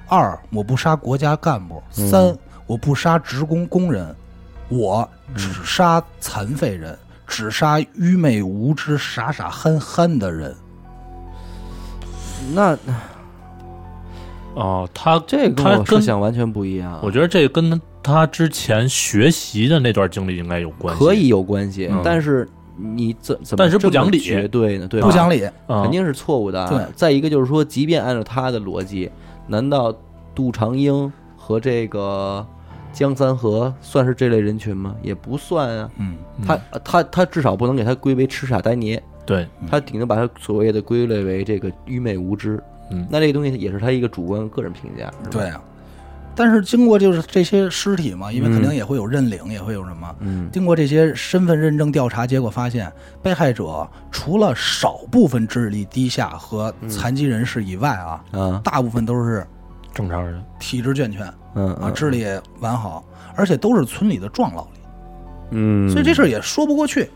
Speaker 1: 二，我不杀国家干部；
Speaker 2: 嗯
Speaker 1: 三，我不杀职工工人，我
Speaker 2: 嗯
Speaker 1: 只杀残废人，只杀愚昧无知、傻傻憨憨的人。
Speaker 2: 嗯，那
Speaker 3: 哦，他
Speaker 2: 这跟
Speaker 3: 他
Speaker 2: 我设
Speaker 3: 跟
Speaker 2: 想完全不一样啊。
Speaker 3: 我觉得这跟他之前学习的那段经历应该有关系，
Speaker 2: 可以有关系，
Speaker 3: 嗯
Speaker 2: 但是你怎怎么
Speaker 3: 但是不
Speaker 2: 这么
Speaker 3: 讲理
Speaker 2: 绝对呢？对吧，
Speaker 1: 不讲理，
Speaker 3: 啊，
Speaker 2: 肯定是错误的啊。
Speaker 1: 对
Speaker 2: 再一个就是说，即便按照他的逻辑，难道杜长英和这个江三河算是这类人群吗？也不算啊。
Speaker 1: 嗯，
Speaker 2: 他他他至少不能给他归为痴傻呆捏，
Speaker 3: 对，
Speaker 1: 嗯
Speaker 2: 他顶多把他所谓的归类为这个愚昧无知。
Speaker 3: 嗯
Speaker 2: 那这个东西也是他一个主观个人评价。
Speaker 1: 对啊。但是经过就是这些尸体嘛，因为肯定也会有认领，也会有什么。
Speaker 2: 嗯
Speaker 1: 经过这些身份认证调查，结果发现被害者除了少部分智力低下和残疾人士以外啊，
Speaker 2: 啊
Speaker 1: 大部分都是
Speaker 3: 正常人，
Speaker 1: 体质健全
Speaker 2: 嗯
Speaker 1: 啊，智力也完好，而且都是村里的壮劳力，
Speaker 2: 嗯，
Speaker 1: 所以这事儿也说不过去。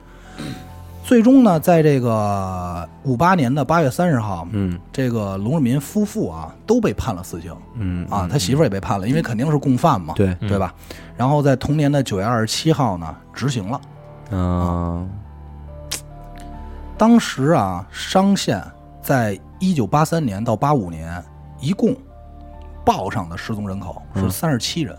Speaker 1: 最终呢，在这个五八年的八月三十号，
Speaker 2: 嗯
Speaker 1: 这个龙日民夫妇啊都被判了死刑
Speaker 2: 嗯
Speaker 1: 啊，他媳妇儿也被判了，因为肯定是共犯嘛，
Speaker 2: 对嗯
Speaker 1: 对吧？然后在同年的九月二十七号呢，执行了。
Speaker 2: 啊
Speaker 1: 当时啊，商县在一九八三年到八五年，一共报上的失踪人口是三十七人，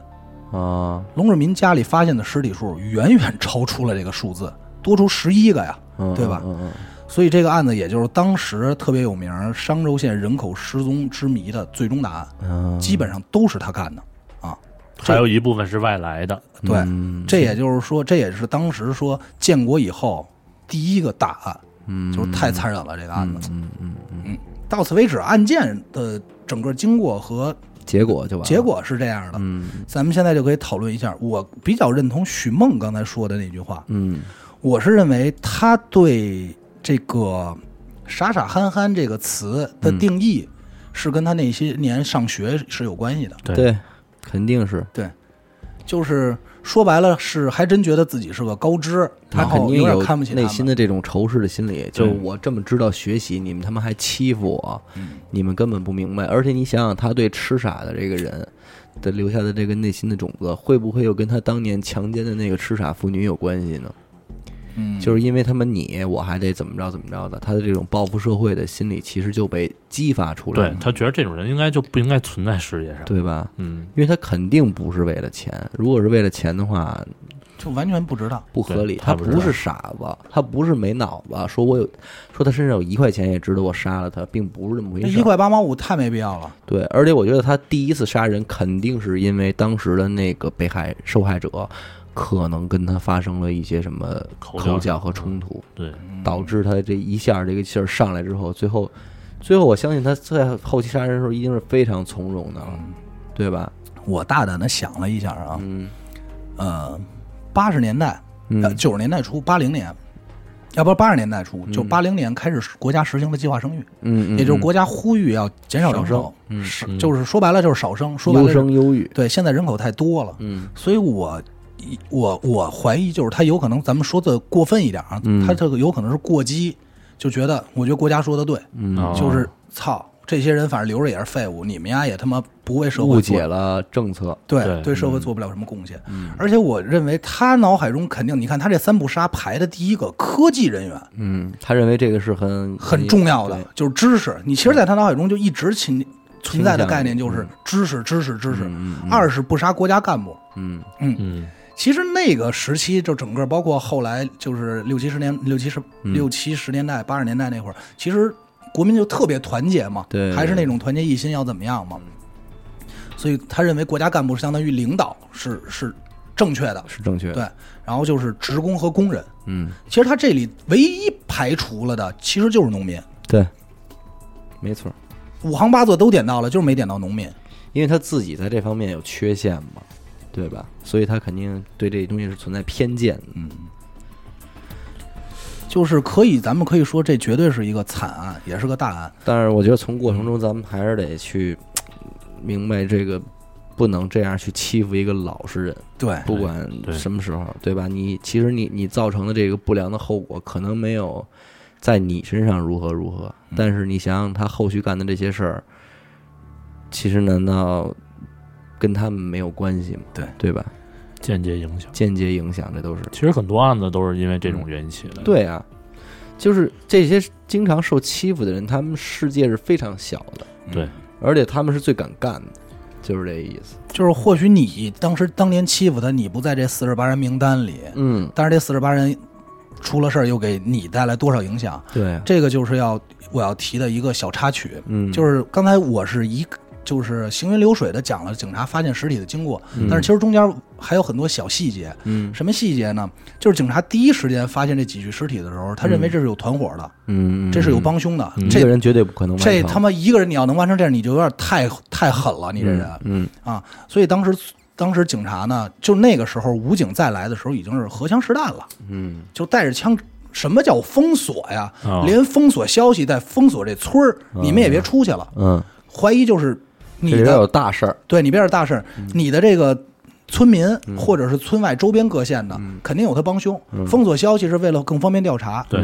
Speaker 2: 啊，
Speaker 1: 龙志民家里发现的尸体数远远超出了这个数字，多出十一个呀，
Speaker 2: 嗯
Speaker 1: 对吧？
Speaker 2: 嗯嗯
Speaker 1: 所以这个案子也就是当时特别有名儿商州县人口失踪之谜的最终答案，
Speaker 2: 嗯，
Speaker 1: 基本上都是他干的啊。
Speaker 3: 还有一部分是外来的，
Speaker 1: 对，
Speaker 2: 嗯
Speaker 1: 这也就是说，这也是当时说建国以后第一个大案，
Speaker 2: 嗯，
Speaker 1: 就是太残忍了这个案子。
Speaker 2: 嗯嗯嗯，
Speaker 1: 到此为止，案件的整个经过和
Speaker 2: 结果就完了，
Speaker 1: 结果是这样的。
Speaker 2: 嗯
Speaker 1: 咱们现在就可以讨论一下，我比较认同许梦刚才说的那句话，
Speaker 2: 嗯
Speaker 1: 我是认为他对这个“傻傻憨憨”这个词的定
Speaker 2: 嗯
Speaker 1: 义，是跟他那些年上学是有关系的。
Speaker 3: 对
Speaker 2: 对，肯定是
Speaker 1: 对，就是说白了是还真觉得自己是个高知，
Speaker 2: 他
Speaker 1: 然
Speaker 2: 肯
Speaker 1: 后
Speaker 2: 定
Speaker 1: 点
Speaker 2: 有
Speaker 1: 看不起他
Speaker 2: 内
Speaker 1: 们
Speaker 2: 心的这种仇视的心理，就是
Speaker 3: 对
Speaker 2: 我这么知道学习，你们他妈还欺负我，
Speaker 1: 嗯
Speaker 2: 你们根本不明白。而且你想想，他对痴傻的这个人的留下的这个内心的种子，会不会又跟他当年强奸的那个痴傻妇女有关系呢？
Speaker 1: 嗯，
Speaker 2: 就是因为他们你，我还得怎么着怎么着的，他的这种报复社会的心理，其实就被激发出来
Speaker 3: 对
Speaker 2: 了，
Speaker 3: 他觉得这种人应该就不应该存在世界上。
Speaker 2: 对吧？
Speaker 3: 嗯，
Speaker 2: 因为他肯定不是为了钱，如果是为了钱的话，
Speaker 1: 就完全不知道。
Speaker 2: 不合理。
Speaker 3: 对
Speaker 2: 他
Speaker 3: 他不
Speaker 2: 不
Speaker 3: 是
Speaker 2: 是傻子，他不是没脑子。说我有，说他身上有一块钱也值得我杀了他，并不是这么回
Speaker 1: 这
Speaker 2: 事
Speaker 1: 一
Speaker 2: 儿。
Speaker 1: 块八毛五太没必要了。
Speaker 2: 对，而且我觉得他第一次杀人肯定是因为当时的那个被害受害者可能跟他发生了一些什么
Speaker 3: 口
Speaker 2: 口角
Speaker 3: 角
Speaker 2: 和冲突，
Speaker 3: 对，
Speaker 1: 嗯
Speaker 2: 导致他这一下这个气儿上来之后，最后，最后我相信他在后期杀人的时候一定是非常从容的
Speaker 1: 嗯
Speaker 2: 了，对吧？
Speaker 1: 我大胆的想了一下啊，
Speaker 2: 嗯
Speaker 1: 呃，八十年代，呃，
Speaker 2: 嗯
Speaker 1: 九十年代初，八零年，要不八十年代初，就八零年开始国家实行了计划生育，
Speaker 2: 嗯，
Speaker 1: 也就是
Speaker 2: 嗯
Speaker 1: 国家呼吁要减少人口，
Speaker 2: 嗯
Speaker 1: 是就是说白了就是少生，说白
Speaker 2: 优
Speaker 1: 了是
Speaker 2: 生优育，
Speaker 1: 对，现在人口太多了，
Speaker 2: 嗯
Speaker 1: 所以我我我怀疑就是他有可能，咱们说的过分一点啊，
Speaker 2: 嗯
Speaker 1: 他这个有可能是过激，就觉得我觉得国家说的对，
Speaker 2: 嗯，
Speaker 3: 哦
Speaker 1: 就是操这些人反正留着也是废物，你们呀也他妈不为社会做
Speaker 2: 误解了嗯政策，
Speaker 1: 对
Speaker 3: 对
Speaker 1: 社会做不了什么贡献。而且我认为他脑海中肯定，你看他这三不杀排的第一个科技人员
Speaker 2: 嗯，他认为这个是很
Speaker 1: 很重要的，就是知识。你其实，在他脑海中就一直存存在的
Speaker 2: 倾向于嗯
Speaker 1: 概念就是知识，知识，知识。二是不杀国家干部。
Speaker 2: 嗯
Speaker 3: 嗯，
Speaker 1: 其实那个时期，就整个包括后来就是六七十年、六七十、
Speaker 2: 嗯
Speaker 1: 六七十年代、八十年代那会儿，其实国民就特别团结嘛，
Speaker 2: 对嗯
Speaker 1: 还是那种团结一心要怎么样嘛。所以他认为国家干部相当于领导是是正确的，
Speaker 2: 是正确的，
Speaker 1: 对。然后就是职工和工人，
Speaker 2: 嗯，
Speaker 1: 其实他这里唯一排除了的其实就是农民，
Speaker 2: 对，没错，
Speaker 1: 五行八作都点到了，就是没点到农民。
Speaker 2: 因为他自己在这方面有缺陷嘛，对吧？所以他肯定对这东西是存在偏见的，
Speaker 1: 就是可以，咱们可以说这绝对是一个惨案，也是个大案。
Speaker 2: 但是我觉得从过程中咱们还是得去明白这个。不能这样去欺负一个老实人，
Speaker 1: 哎对，
Speaker 2: 不管
Speaker 3: 对
Speaker 2: 什么时候，对吧？你其实你你造成的这个不良的后果，可能没有在你身上如何如何，但是你想想他后续干的这些事儿，其实难道跟他们没有关系吗？
Speaker 1: 对
Speaker 2: 对吧？
Speaker 3: 间接影响。
Speaker 2: 间接影响，这都是
Speaker 3: 其实很多案子都是因为这种原因起来的。，
Speaker 2: 对啊。就是这些经常受欺负的人，他们世界是非常小的，
Speaker 3: 对，
Speaker 2: 而且他们是最敢干的，就是这意思。
Speaker 1: 就是或许你当时当年欺负他，你不在这四十八人名单里，
Speaker 2: 嗯，
Speaker 1: 但是这四十八人出了事儿，又给你带来多少影响？
Speaker 2: 对啊，
Speaker 1: 这个就是要我要提的一个小插曲，
Speaker 2: 嗯，
Speaker 1: 就是刚才我是一个就是行云流水的讲了警察发现尸体的经过，
Speaker 2: 嗯
Speaker 1: 但是其实中间还有很多小细节。
Speaker 2: 嗯
Speaker 1: 什么细节呢？就是警察第一时间发现这几具尸体的时候，他认为这是有团伙的，
Speaker 2: 嗯，
Speaker 1: 这是有帮凶的。
Speaker 3: 嗯
Speaker 2: 一个
Speaker 1: 这
Speaker 2: 人绝对不可能完
Speaker 1: 这
Speaker 2: 成
Speaker 1: 他妈一个人你要能完成这样，你就有点太太狠了，你这人。
Speaker 2: 嗯
Speaker 1: 啊，所以当时当时警察呢，就那个时候武警再来的时候已经是荷枪实弹了，
Speaker 2: 嗯，啊
Speaker 1: 就带着枪。什么叫封锁呀？
Speaker 3: 哦
Speaker 1: 连封锁消息带封锁这村儿，你们也别出去了。
Speaker 2: 嗯，
Speaker 1: 怀疑就是你
Speaker 2: 这里边有
Speaker 1: 的，
Speaker 2: 嗯大事儿，
Speaker 1: 对你别是大事儿，你的这个村民
Speaker 2: 嗯
Speaker 1: 或者是村外周边各县的，肯定有他帮凶。封锁消息是
Speaker 2: 嗯
Speaker 1: 为了更方便调查。
Speaker 3: 对，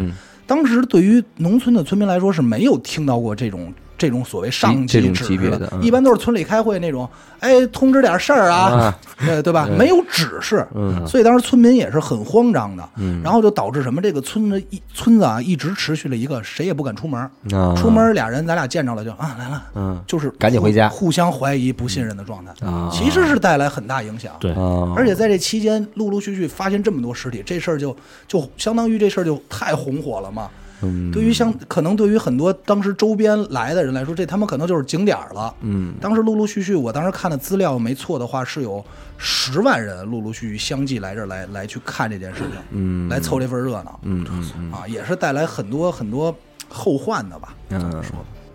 Speaker 1: 当时对于农村的村民来说是没有听到过这种这种所谓上
Speaker 2: 这
Speaker 1: 级
Speaker 2: 种
Speaker 1: 指
Speaker 2: 级别
Speaker 1: 示
Speaker 2: 的嗯
Speaker 1: 一般都是村里开会那种，哎，通知点事儿啊
Speaker 2: 啊，
Speaker 1: 呃，对吧？没有指示，
Speaker 2: 嗯
Speaker 1: 所以当时村民也是很慌张的，
Speaker 2: 嗯
Speaker 1: 然后就导致什么？这个村子一村子啊，一直持续了一个谁也不敢出门，
Speaker 2: 啊，
Speaker 1: 出门俩人咱俩见着了就啊来了，
Speaker 2: 嗯
Speaker 1: 就是
Speaker 6: 赶紧回家
Speaker 1: 互相怀疑、不信任的状态，
Speaker 2: 啊
Speaker 1: 其实是带来很大影响。
Speaker 3: 对，
Speaker 2: 啊，
Speaker 1: 而且在这期间，陆陆续续发现这么多尸体，这事儿就就相当于这事儿就太红火了嘛。
Speaker 2: 嗯
Speaker 1: 对于像可能对于很多当时周边来的人来说，这他妈可能就是景点儿了。
Speaker 2: 嗯
Speaker 1: 当时陆陆续续，我当时看的资料没错的话，是有十万人陆陆续续相继来这儿来来去看这件事情，
Speaker 2: 嗯
Speaker 1: 来凑这份热闹。
Speaker 2: 嗯嗯嗯
Speaker 1: 啊，也是带来很多很多后患的吧，
Speaker 2: 嗯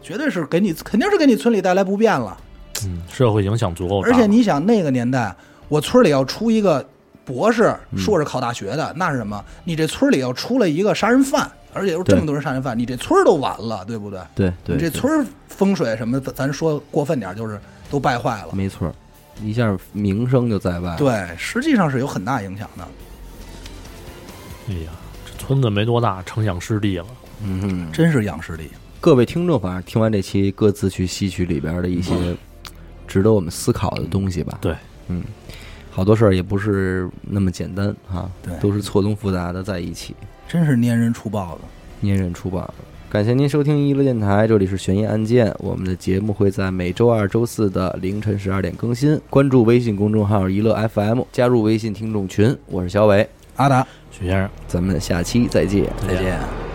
Speaker 1: 绝对是给你肯定是给你村里带来不便了。
Speaker 3: 嗯社会影响足够大，
Speaker 1: 而且你想那个年代，我村里要出一个博士、
Speaker 2: 嗯
Speaker 1: 硕士考大学的，那是什么？你这村里要出来一个杀人犯，而且有这么多人杀人犯，你这村儿都完了，对不对？
Speaker 2: 对对，
Speaker 1: 你这
Speaker 2: 对
Speaker 1: 村儿风水什么的，咱说过分点儿，就是都败坏了。
Speaker 2: 没错儿，一下名声就在外。，
Speaker 1: 对，实际上是有很大影响的。
Speaker 3: 哎呀，这村子没多大，成养湿地了。
Speaker 2: 嗯哼，
Speaker 1: 真是养尸体。
Speaker 2: 各位听众，反正听完这期，各自去吸取里边的一些
Speaker 1: 嗯
Speaker 2: 值得我们思考的东西吧。
Speaker 3: 对，
Speaker 2: 嗯，好多事儿也不是那么简单哈，
Speaker 1: 对
Speaker 2: 都是错综复杂的在一起，
Speaker 1: 真是粘人出豹子。
Speaker 2: 粘人出版。感谢您收听娱乐电台，这里是悬疑案件。我们的节目会在每周二、周四的凌晨十二点更新。关注微信公众号“娱乐 FM”，加入微信听众群。我是小伟，
Speaker 1: 阿达，
Speaker 3: 许先生，
Speaker 2: 咱们下期再见。
Speaker 1: 再见。